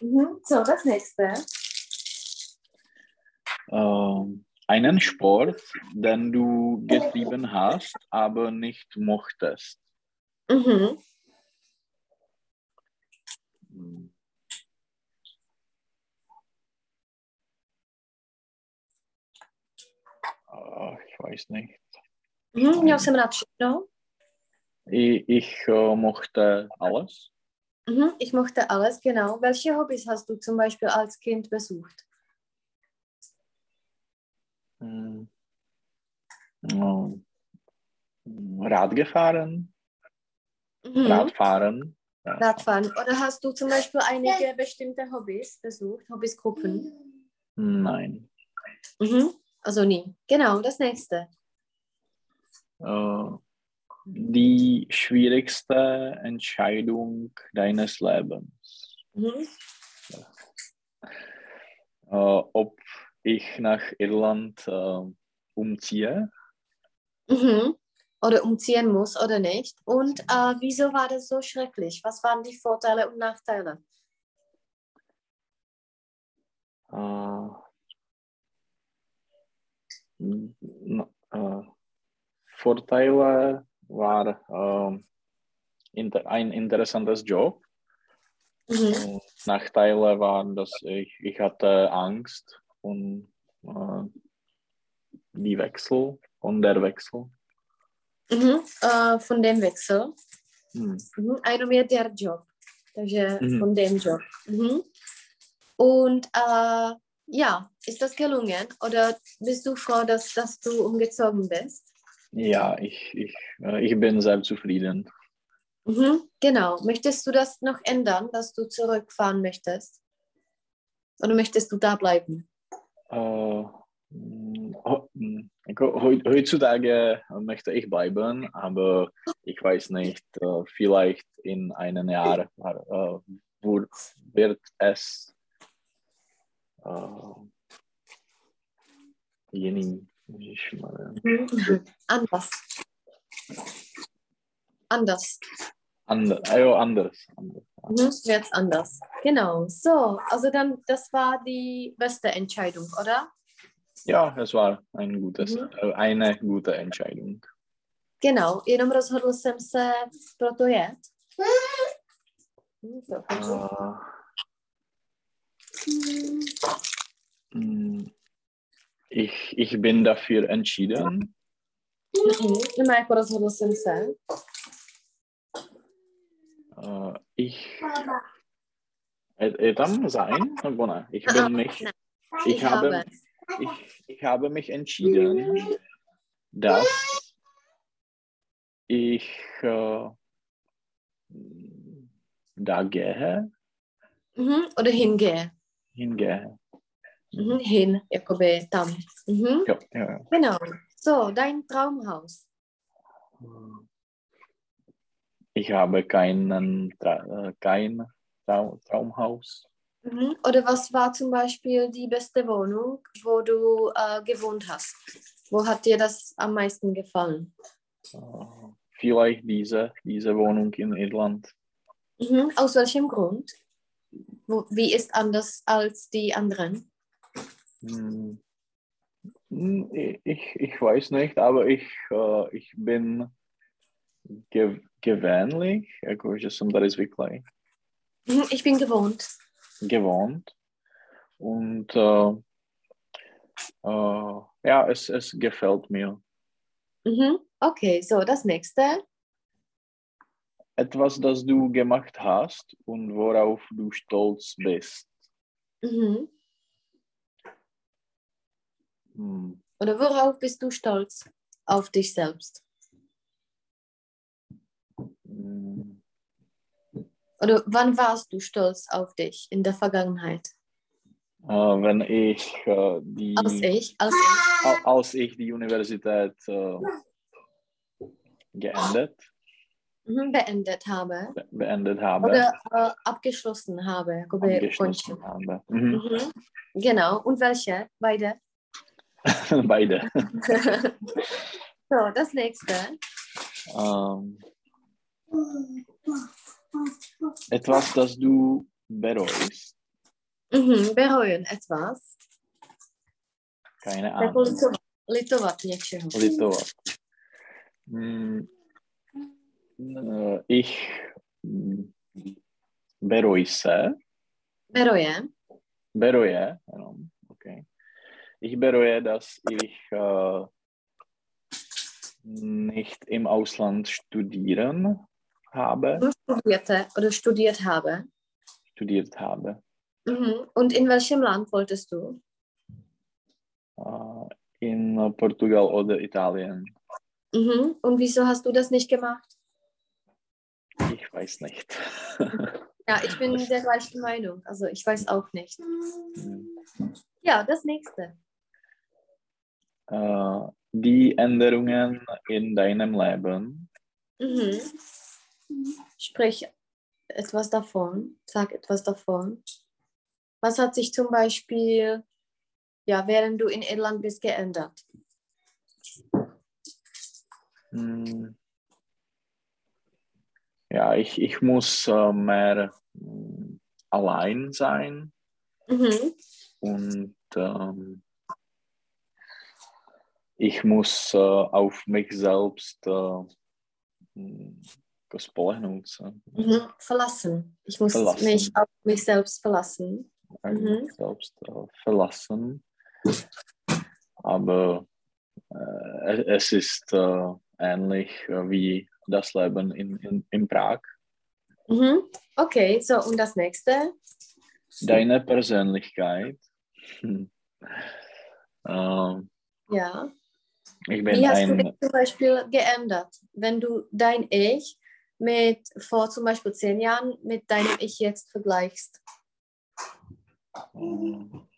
[SPEAKER 1] Mhm. So, das nächste.
[SPEAKER 2] Ähm, einen Sport, den du getrieben hast, aber nicht mochtest.
[SPEAKER 1] Mhm.
[SPEAKER 2] Hm. Ah, Ich weiß nicht.
[SPEAKER 1] Mhm. Měl jsem rád všechno.
[SPEAKER 2] Ich, ich äh, mochte alles.
[SPEAKER 1] Mhm. Ich mochte alles, genau. Welche Hobbys hast du zum Beispiel als Kind besucht?
[SPEAKER 2] Hm. Ähm, Rad gefahren,
[SPEAKER 1] Mhm.
[SPEAKER 2] Radfahren.
[SPEAKER 1] Radfahren. Oder hast du zum Beispiel einige bestimmte Hobbys besucht, Hobbysgruppen?
[SPEAKER 2] Nein.
[SPEAKER 1] Mhm. Also nie. Genau, das nächste.
[SPEAKER 2] Äh, die schwierigste Entscheidung deines Lebens.
[SPEAKER 1] Mhm.
[SPEAKER 2] Äh, ob ich nach Irland äh, umziehe.
[SPEAKER 1] Mhm. Oder umziehen muss oder nicht. Und äh, wieso war das so schrecklich? Was waren die Vorteile und Nachteile?
[SPEAKER 2] Äh, n- n- äh, Vorteile war äh, inter ein interessantes Job.
[SPEAKER 1] Mhm.
[SPEAKER 2] Und Nachteile waren, dass ich, ich hatte Angst und äh, die Wechsel und der Wechsel.
[SPEAKER 1] Mhm. Äh, von dem Wechsel.
[SPEAKER 2] Hm.
[SPEAKER 1] Mhm. Jenom je der Job. Takže
[SPEAKER 2] Mhm.
[SPEAKER 1] von dem Job. Mhm. Und äh, ja, ist das gelungen? Oder bist du froh, dass, dass du umgezogen bist?
[SPEAKER 2] Ja, ich, ich, äh, ich bin sehr zufrieden.
[SPEAKER 1] Mhm, genau. Möchtest du das noch ändern, dass du zurückfahren möchtest? Oder möchtest du da bleiben?
[SPEAKER 2] Äh, mh, ho- mh, jako heu- heutzutage möchte ich bleiben, aber ich weiß nicht, äh, vielleicht in einem Jahr äh, wo- wird es äh, jený, ježišmarja,
[SPEAKER 1] Mhm. Anders. Anders.
[SPEAKER 2] ander, eh, jo, anders. anders.
[SPEAKER 1] Mhm. Jetzt anders. Genau. So, also dann, das war die beste Entscheidung, oder?
[SPEAKER 2] Ja, es war ein gutes,
[SPEAKER 1] Mhm.
[SPEAKER 2] äh, eine gute Entscheidung.
[SPEAKER 1] Genau. Jenom rozhodl jsem se pro to jet. Mhm, so.
[SPEAKER 2] Äh, Mm, mh, ich, ich bin dafür entschieden.
[SPEAKER 1] Immer jako rozhodl jsem se.
[SPEAKER 2] Äh, ich. Äh, äh, dann sein? Oder nein? Ich bin nicht. Ich habe, ich, ich habe mich entschieden, dass ich äh, da gehe,
[SPEAKER 1] Mhm. Oder hingehe.
[SPEAKER 2] hingehe.
[SPEAKER 1] Mhm. Hin, jakoby tam. Mhm.
[SPEAKER 2] Ja, ja. ja.
[SPEAKER 1] Genau. So, dein Traumhaus.
[SPEAKER 2] Ich habe keinen Tra äh, kein Trau Traumhaus.
[SPEAKER 1] Mhm. Oder was war zum Beispiel die beste Wohnung, wo du äh, gewohnt hast? Wo hat dir das am meisten gefallen?
[SPEAKER 2] Äh, Vielleicht diese, diese Wohnung in Irland.
[SPEAKER 1] Mhm. Aus welchem Grund? Wo, wie ist anders als die anderen?
[SPEAKER 2] Hm. Hm, i- Ich, ich weiß nicht, aber ich, äh, ich bin ge gewöhnlich, jakože jsem tady zvyklý,
[SPEAKER 1] Mhm. Ich bin gewohnt.
[SPEAKER 2] gewohnt. Und äh, äh, ja, es, es gefällt mir.
[SPEAKER 1] Mhm. Okay, so, das nächste.
[SPEAKER 2] Etwas, das du gemacht hast und worauf du stolz bist.
[SPEAKER 1] Mhm.
[SPEAKER 2] Hm.
[SPEAKER 1] Oder worauf bist du stolz? Auf dich selbst.
[SPEAKER 2] Hm.
[SPEAKER 1] Oder wann warst du stolz auf dich in der Vergangenheit?
[SPEAKER 2] Äh, wenn ich äh, die
[SPEAKER 1] Als ich, als ich.
[SPEAKER 2] al- als ich die Universität äh, geendet,
[SPEAKER 1] Mhm. beendet habe
[SPEAKER 2] be- beendet habe,
[SPEAKER 1] oder äh, abgeschlossen habe. Jakoby,
[SPEAKER 2] abgeschlossen
[SPEAKER 1] ukončil.
[SPEAKER 2] habe. Mhm.
[SPEAKER 1] Mhm. Genau, und welche? Beide.
[SPEAKER 2] Beide.
[SPEAKER 1] so, das nächste.
[SPEAKER 2] Ähm, etwas, das du bereust,
[SPEAKER 1] Mhm. Bereuen etwas.
[SPEAKER 2] keine
[SPEAKER 1] Jako
[SPEAKER 2] Ahnung,
[SPEAKER 1] litovat, litovat něčeho.
[SPEAKER 2] Litowas. Hm, äh, Ich hm, bereue,
[SPEAKER 1] Beroje.
[SPEAKER 2] bereue, jenom, okay. Ich bereue, dass ich äh, nicht im Ausland studieren habe,
[SPEAKER 1] Studierte oder studiert habe.
[SPEAKER 2] studiert habe.
[SPEAKER 1] Mhm. Und in welchem Land wolltest du?
[SPEAKER 2] äh, in äh, Portugal oder Italien.
[SPEAKER 1] Mhm. Und wieso hast du das nicht gemacht?
[SPEAKER 2] Ich weiß nicht.
[SPEAKER 1] Ja, ich bin der gleichen Meinung. Also ich weiß auch nicht. Ja, das nächste.
[SPEAKER 2] äh, die Änderungen in deinem Leben,
[SPEAKER 1] Mhm. Sprich etwas davon. Sag etwas davon. Was hat sich zum Beispiel, ja, während du in Irland bist, geändert?
[SPEAKER 2] Hm. ja, ich, ich muss äh, mehr mh, allein sein
[SPEAKER 1] Mhm.
[SPEAKER 2] und ähm, ich muss äh, auf mich selbst äh, hm, mh, spolehnout se.
[SPEAKER 1] Mhm. Verlassen. Ich muss
[SPEAKER 2] Verlassen.
[SPEAKER 1] mich auf mich selbst verlassen. Mhm.
[SPEAKER 2] eigentlich selbst äh, verlassen. Aber äh, es ist äh, ähnlich äh, wie das Leben in, in, in Prag.
[SPEAKER 1] Mhm. Okay, so und das nächste.
[SPEAKER 2] Deine Persönlichkeit. Hm. Ähm,
[SPEAKER 1] Ja.
[SPEAKER 2] ich bin
[SPEAKER 1] Wie hast du
[SPEAKER 2] ein.
[SPEAKER 1] dich zum Beispiel geändert, wenn du dein Ich mit vor zum Beispiel zehn Jahren mit deinem Ich jetzt vergleichst?
[SPEAKER 2] ähm,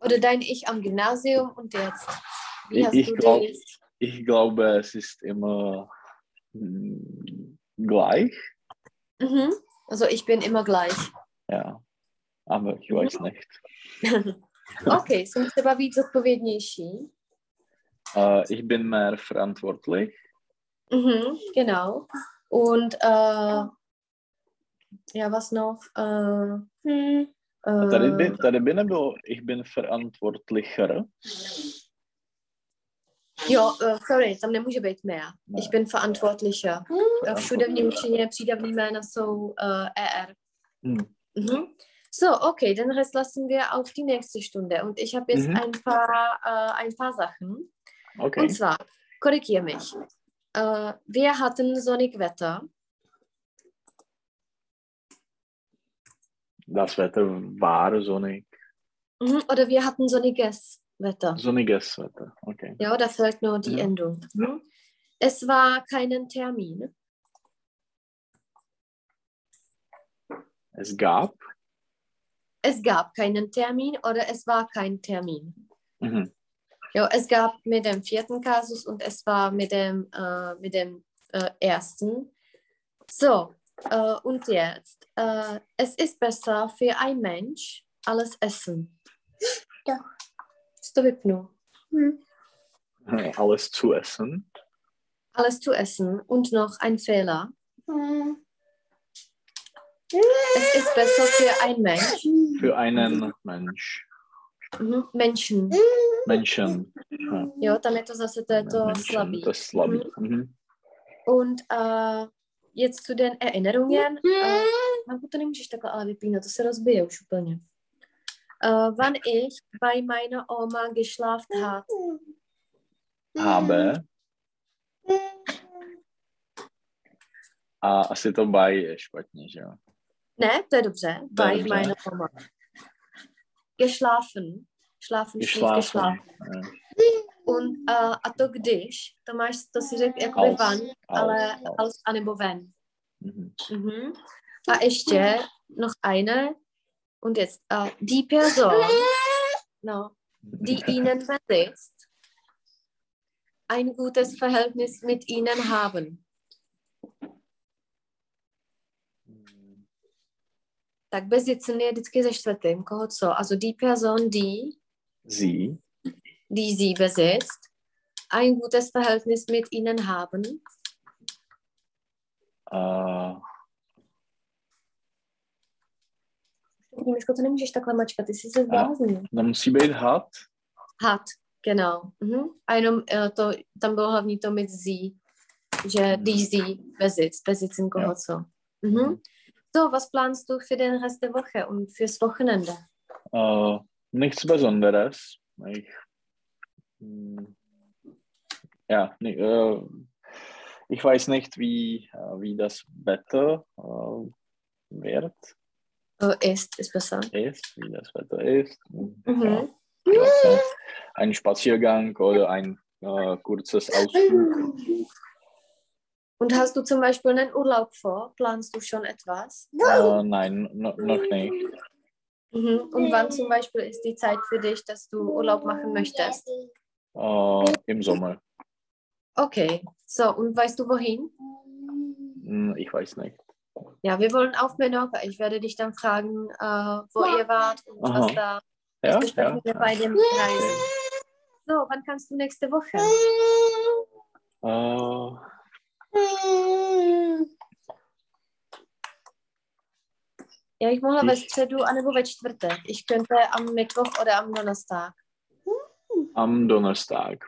[SPEAKER 1] Oder dein Ich am Gymnasium und jetzt? Wie
[SPEAKER 2] Ich-
[SPEAKER 1] hast
[SPEAKER 2] ich
[SPEAKER 1] du
[SPEAKER 2] glaub-
[SPEAKER 1] dich?
[SPEAKER 2] ich glaube, es ist immer hm, gleich.
[SPEAKER 1] Mhm. Also ich bin immer gleich.
[SPEAKER 2] Ja. Ah, Aber ich weiß nicht.
[SPEAKER 1] Okay, jsem třeba víc zodpovědnější.
[SPEAKER 2] Äh, ich bin mehr verantwortlich.
[SPEAKER 1] Mhm, genau. Und äh, ja, was noch? Äh, hm,
[SPEAKER 2] A tady
[SPEAKER 1] äh,
[SPEAKER 2] by, tady by nebylo, ich bin verantwortlicher.
[SPEAKER 1] Jo, eh, sorry, tam nemůže být mea.
[SPEAKER 2] Ne.
[SPEAKER 1] Ich bin verantwortlicher. Eh, Všude v Němčině přídavný jména jsou uh, ER.
[SPEAKER 2] Hm.
[SPEAKER 1] Mhm. So, okay, den Rest lassen wir auf die nächste Stunde. Und ich habe jetzt
[SPEAKER 2] Mhm.
[SPEAKER 1] ein, paar, äh, ein paar Sachen.
[SPEAKER 2] Okay.
[SPEAKER 1] Und zwar, korrigiere mich. Äh, wir hatten sonnig Wetter.
[SPEAKER 2] Das Wetter war sonnig.
[SPEAKER 1] Mhm, Oder wir hatten sonniges Wetter.
[SPEAKER 2] Sonniges Wetter. Okay.
[SPEAKER 1] Ja, da fällt nur die
[SPEAKER 2] Ja.
[SPEAKER 1] Endung. Mhm. Es war keinen Termin.
[SPEAKER 2] Es gab.
[SPEAKER 1] Es gab keinen Termin oder es war kein Termin.
[SPEAKER 2] Mhm.
[SPEAKER 1] Ja, es gab mit dem vierten Kasus und es war mit dem, äh, mit dem äh, ersten. So, äh, und jetzt. Äh, es ist besser für ein Mensch alles essen.
[SPEAKER 3] Ja.
[SPEAKER 1] Ist doch Hypno.
[SPEAKER 2] Alles zu essen.
[SPEAKER 1] Alles zu essen und noch ein Fehler. Es ist besser für ein Mensch.
[SPEAKER 2] Für einen Mensch.
[SPEAKER 1] Mhm. Menschen.
[SPEAKER 2] Menschen.
[SPEAKER 1] Jo, tam je to zase to, je to
[SPEAKER 2] Menschen,
[SPEAKER 1] slabý.
[SPEAKER 2] Das slabý. Mhm.
[SPEAKER 1] Und äh, jetzt zu den Erinnerungen. Äh, Manku, to nemůžeš takhle ale vypínat, to se rozbije už úplně. Äh, wann ich bei meiner Oma geschlafen hat,
[SPEAKER 2] Habe. A asi to by je špatně, že jo?
[SPEAKER 1] ne, to je dobře, bei
[SPEAKER 2] Dobře.
[SPEAKER 1] meiner Oma. Geschlafen, schlafen,
[SPEAKER 2] E
[SPEAKER 1] schlaf,
[SPEAKER 2] Geschlafen.
[SPEAKER 1] geschlafen. Und, äh, a to když, to máš, to si řekl jakoby
[SPEAKER 2] Als.
[SPEAKER 1] van, ale
[SPEAKER 2] Aus, aus.
[SPEAKER 1] aus, anebo ven.
[SPEAKER 2] Mhm.
[SPEAKER 1] Mhm. A ještě noch eine. Und jetzt äh, die Person, no, die ihnen besitzt, ein gutes Verhältnis mit ihnen haben. Tak besitzen je vždycky se čtvrtým, koho co. Also die Person, die,
[SPEAKER 2] Sie.
[SPEAKER 1] die sie besitzt, ein gutes Verhältnis mit ihnen haben.
[SPEAKER 2] Uh,
[SPEAKER 1] Nímečko, to nemůžeš takhle mačkat, ty jsi se zbláznil.
[SPEAKER 2] nemusí být had.
[SPEAKER 1] Had, genau. Mhm. A jenom eh, to, tam bylo hlavní to mit sie, že
[SPEAKER 2] Mhm.
[SPEAKER 1] die sie besitzt, besitzen koho
[SPEAKER 2] Jo.
[SPEAKER 1] co. Mhm. So, was planst du für den Rest der Woche und fürs Wochenende?
[SPEAKER 2] Uh, nichts Besonderes. Ich, mm, ja, ni- äh, ich weiß nicht, wie, äh, wie das Wetter äh, wird,
[SPEAKER 1] Äh, ist, ist besser.
[SPEAKER 2] ist, wie das Wetter ist. Ja,
[SPEAKER 1] Mhm.
[SPEAKER 2] vielleicht ein Spaziergang oder ein äh, kurzes Ausflug.
[SPEAKER 1] Und hast du zum Beispiel einen Urlaub vor? Planst du schon etwas?
[SPEAKER 2] Äh, nein, no, noch nicht.
[SPEAKER 1] Mhm. Und wann zum Beispiel ist die Zeit für dich, dass du Urlaub machen möchtest?
[SPEAKER 2] Äh, Im Sommer.
[SPEAKER 1] Okay, so, und weißt du wohin?
[SPEAKER 2] Hm, Ich weiß nicht.
[SPEAKER 1] Ja, wir wollen auf Menorca. Ich werde dich dann fragen, äh, wo ihr wart und
[SPEAKER 2] Aha.
[SPEAKER 1] was da
[SPEAKER 2] Ja,
[SPEAKER 1] besprechen
[SPEAKER 2] ja.
[SPEAKER 1] wir bei dem Reisen. So, wann kannst du nächste Woche?
[SPEAKER 2] Äh,
[SPEAKER 1] Ja, ich mohla ve
[SPEAKER 2] Ich-
[SPEAKER 1] středu anebo ve čtvrtek. Ich könnte am Mittwoch oder am Donnerstag.
[SPEAKER 2] am Donnerstag.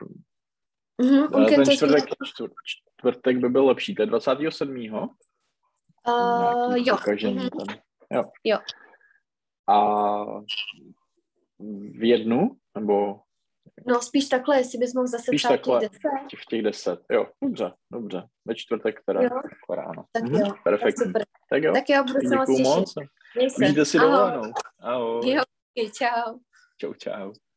[SPEAKER 1] Mhm. Und
[SPEAKER 2] Eh, Ten
[SPEAKER 1] könntest du,
[SPEAKER 2] čtvrtek, čtvr- čtvrtek by byl lepší, to je 27.
[SPEAKER 1] äh,
[SPEAKER 2] Nějaký
[SPEAKER 1] jo.
[SPEAKER 2] pokažení
[SPEAKER 1] Mhm.
[SPEAKER 2] tam. jo.
[SPEAKER 1] Jo.
[SPEAKER 2] A v jednu, nebo
[SPEAKER 1] No, spíš takhle, jestli bys mohl zase
[SPEAKER 2] Spíš
[SPEAKER 1] třeba
[SPEAKER 2] takhle.
[SPEAKER 1] těch deset.
[SPEAKER 2] v těch 10. Jo, dobře, dobře. Ve čtvrtek teda
[SPEAKER 1] Jo.
[SPEAKER 2] jako ráno.
[SPEAKER 1] Tak
[SPEAKER 2] Mhm,
[SPEAKER 1] jo, tak
[SPEAKER 2] Perfektní.
[SPEAKER 1] super.
[SPEAKER 2] Tak jo,
[SPEAKER 1] Tak jo, budu se moc
[SPEAKER 2] děkuju
[SPEAKER 1] těšit.
[SPEAKER 2] moc.
[SPEAKER 1] Měj se.
[SPEAKER 2] Užijte si
[SPEAKER 1] Ahoj. Ah,
[SPEAKER 2] dovolenou. Ahoj.
[SPEAKER 1] Jo, čau.
[SPEAKER 2] Čau, čau.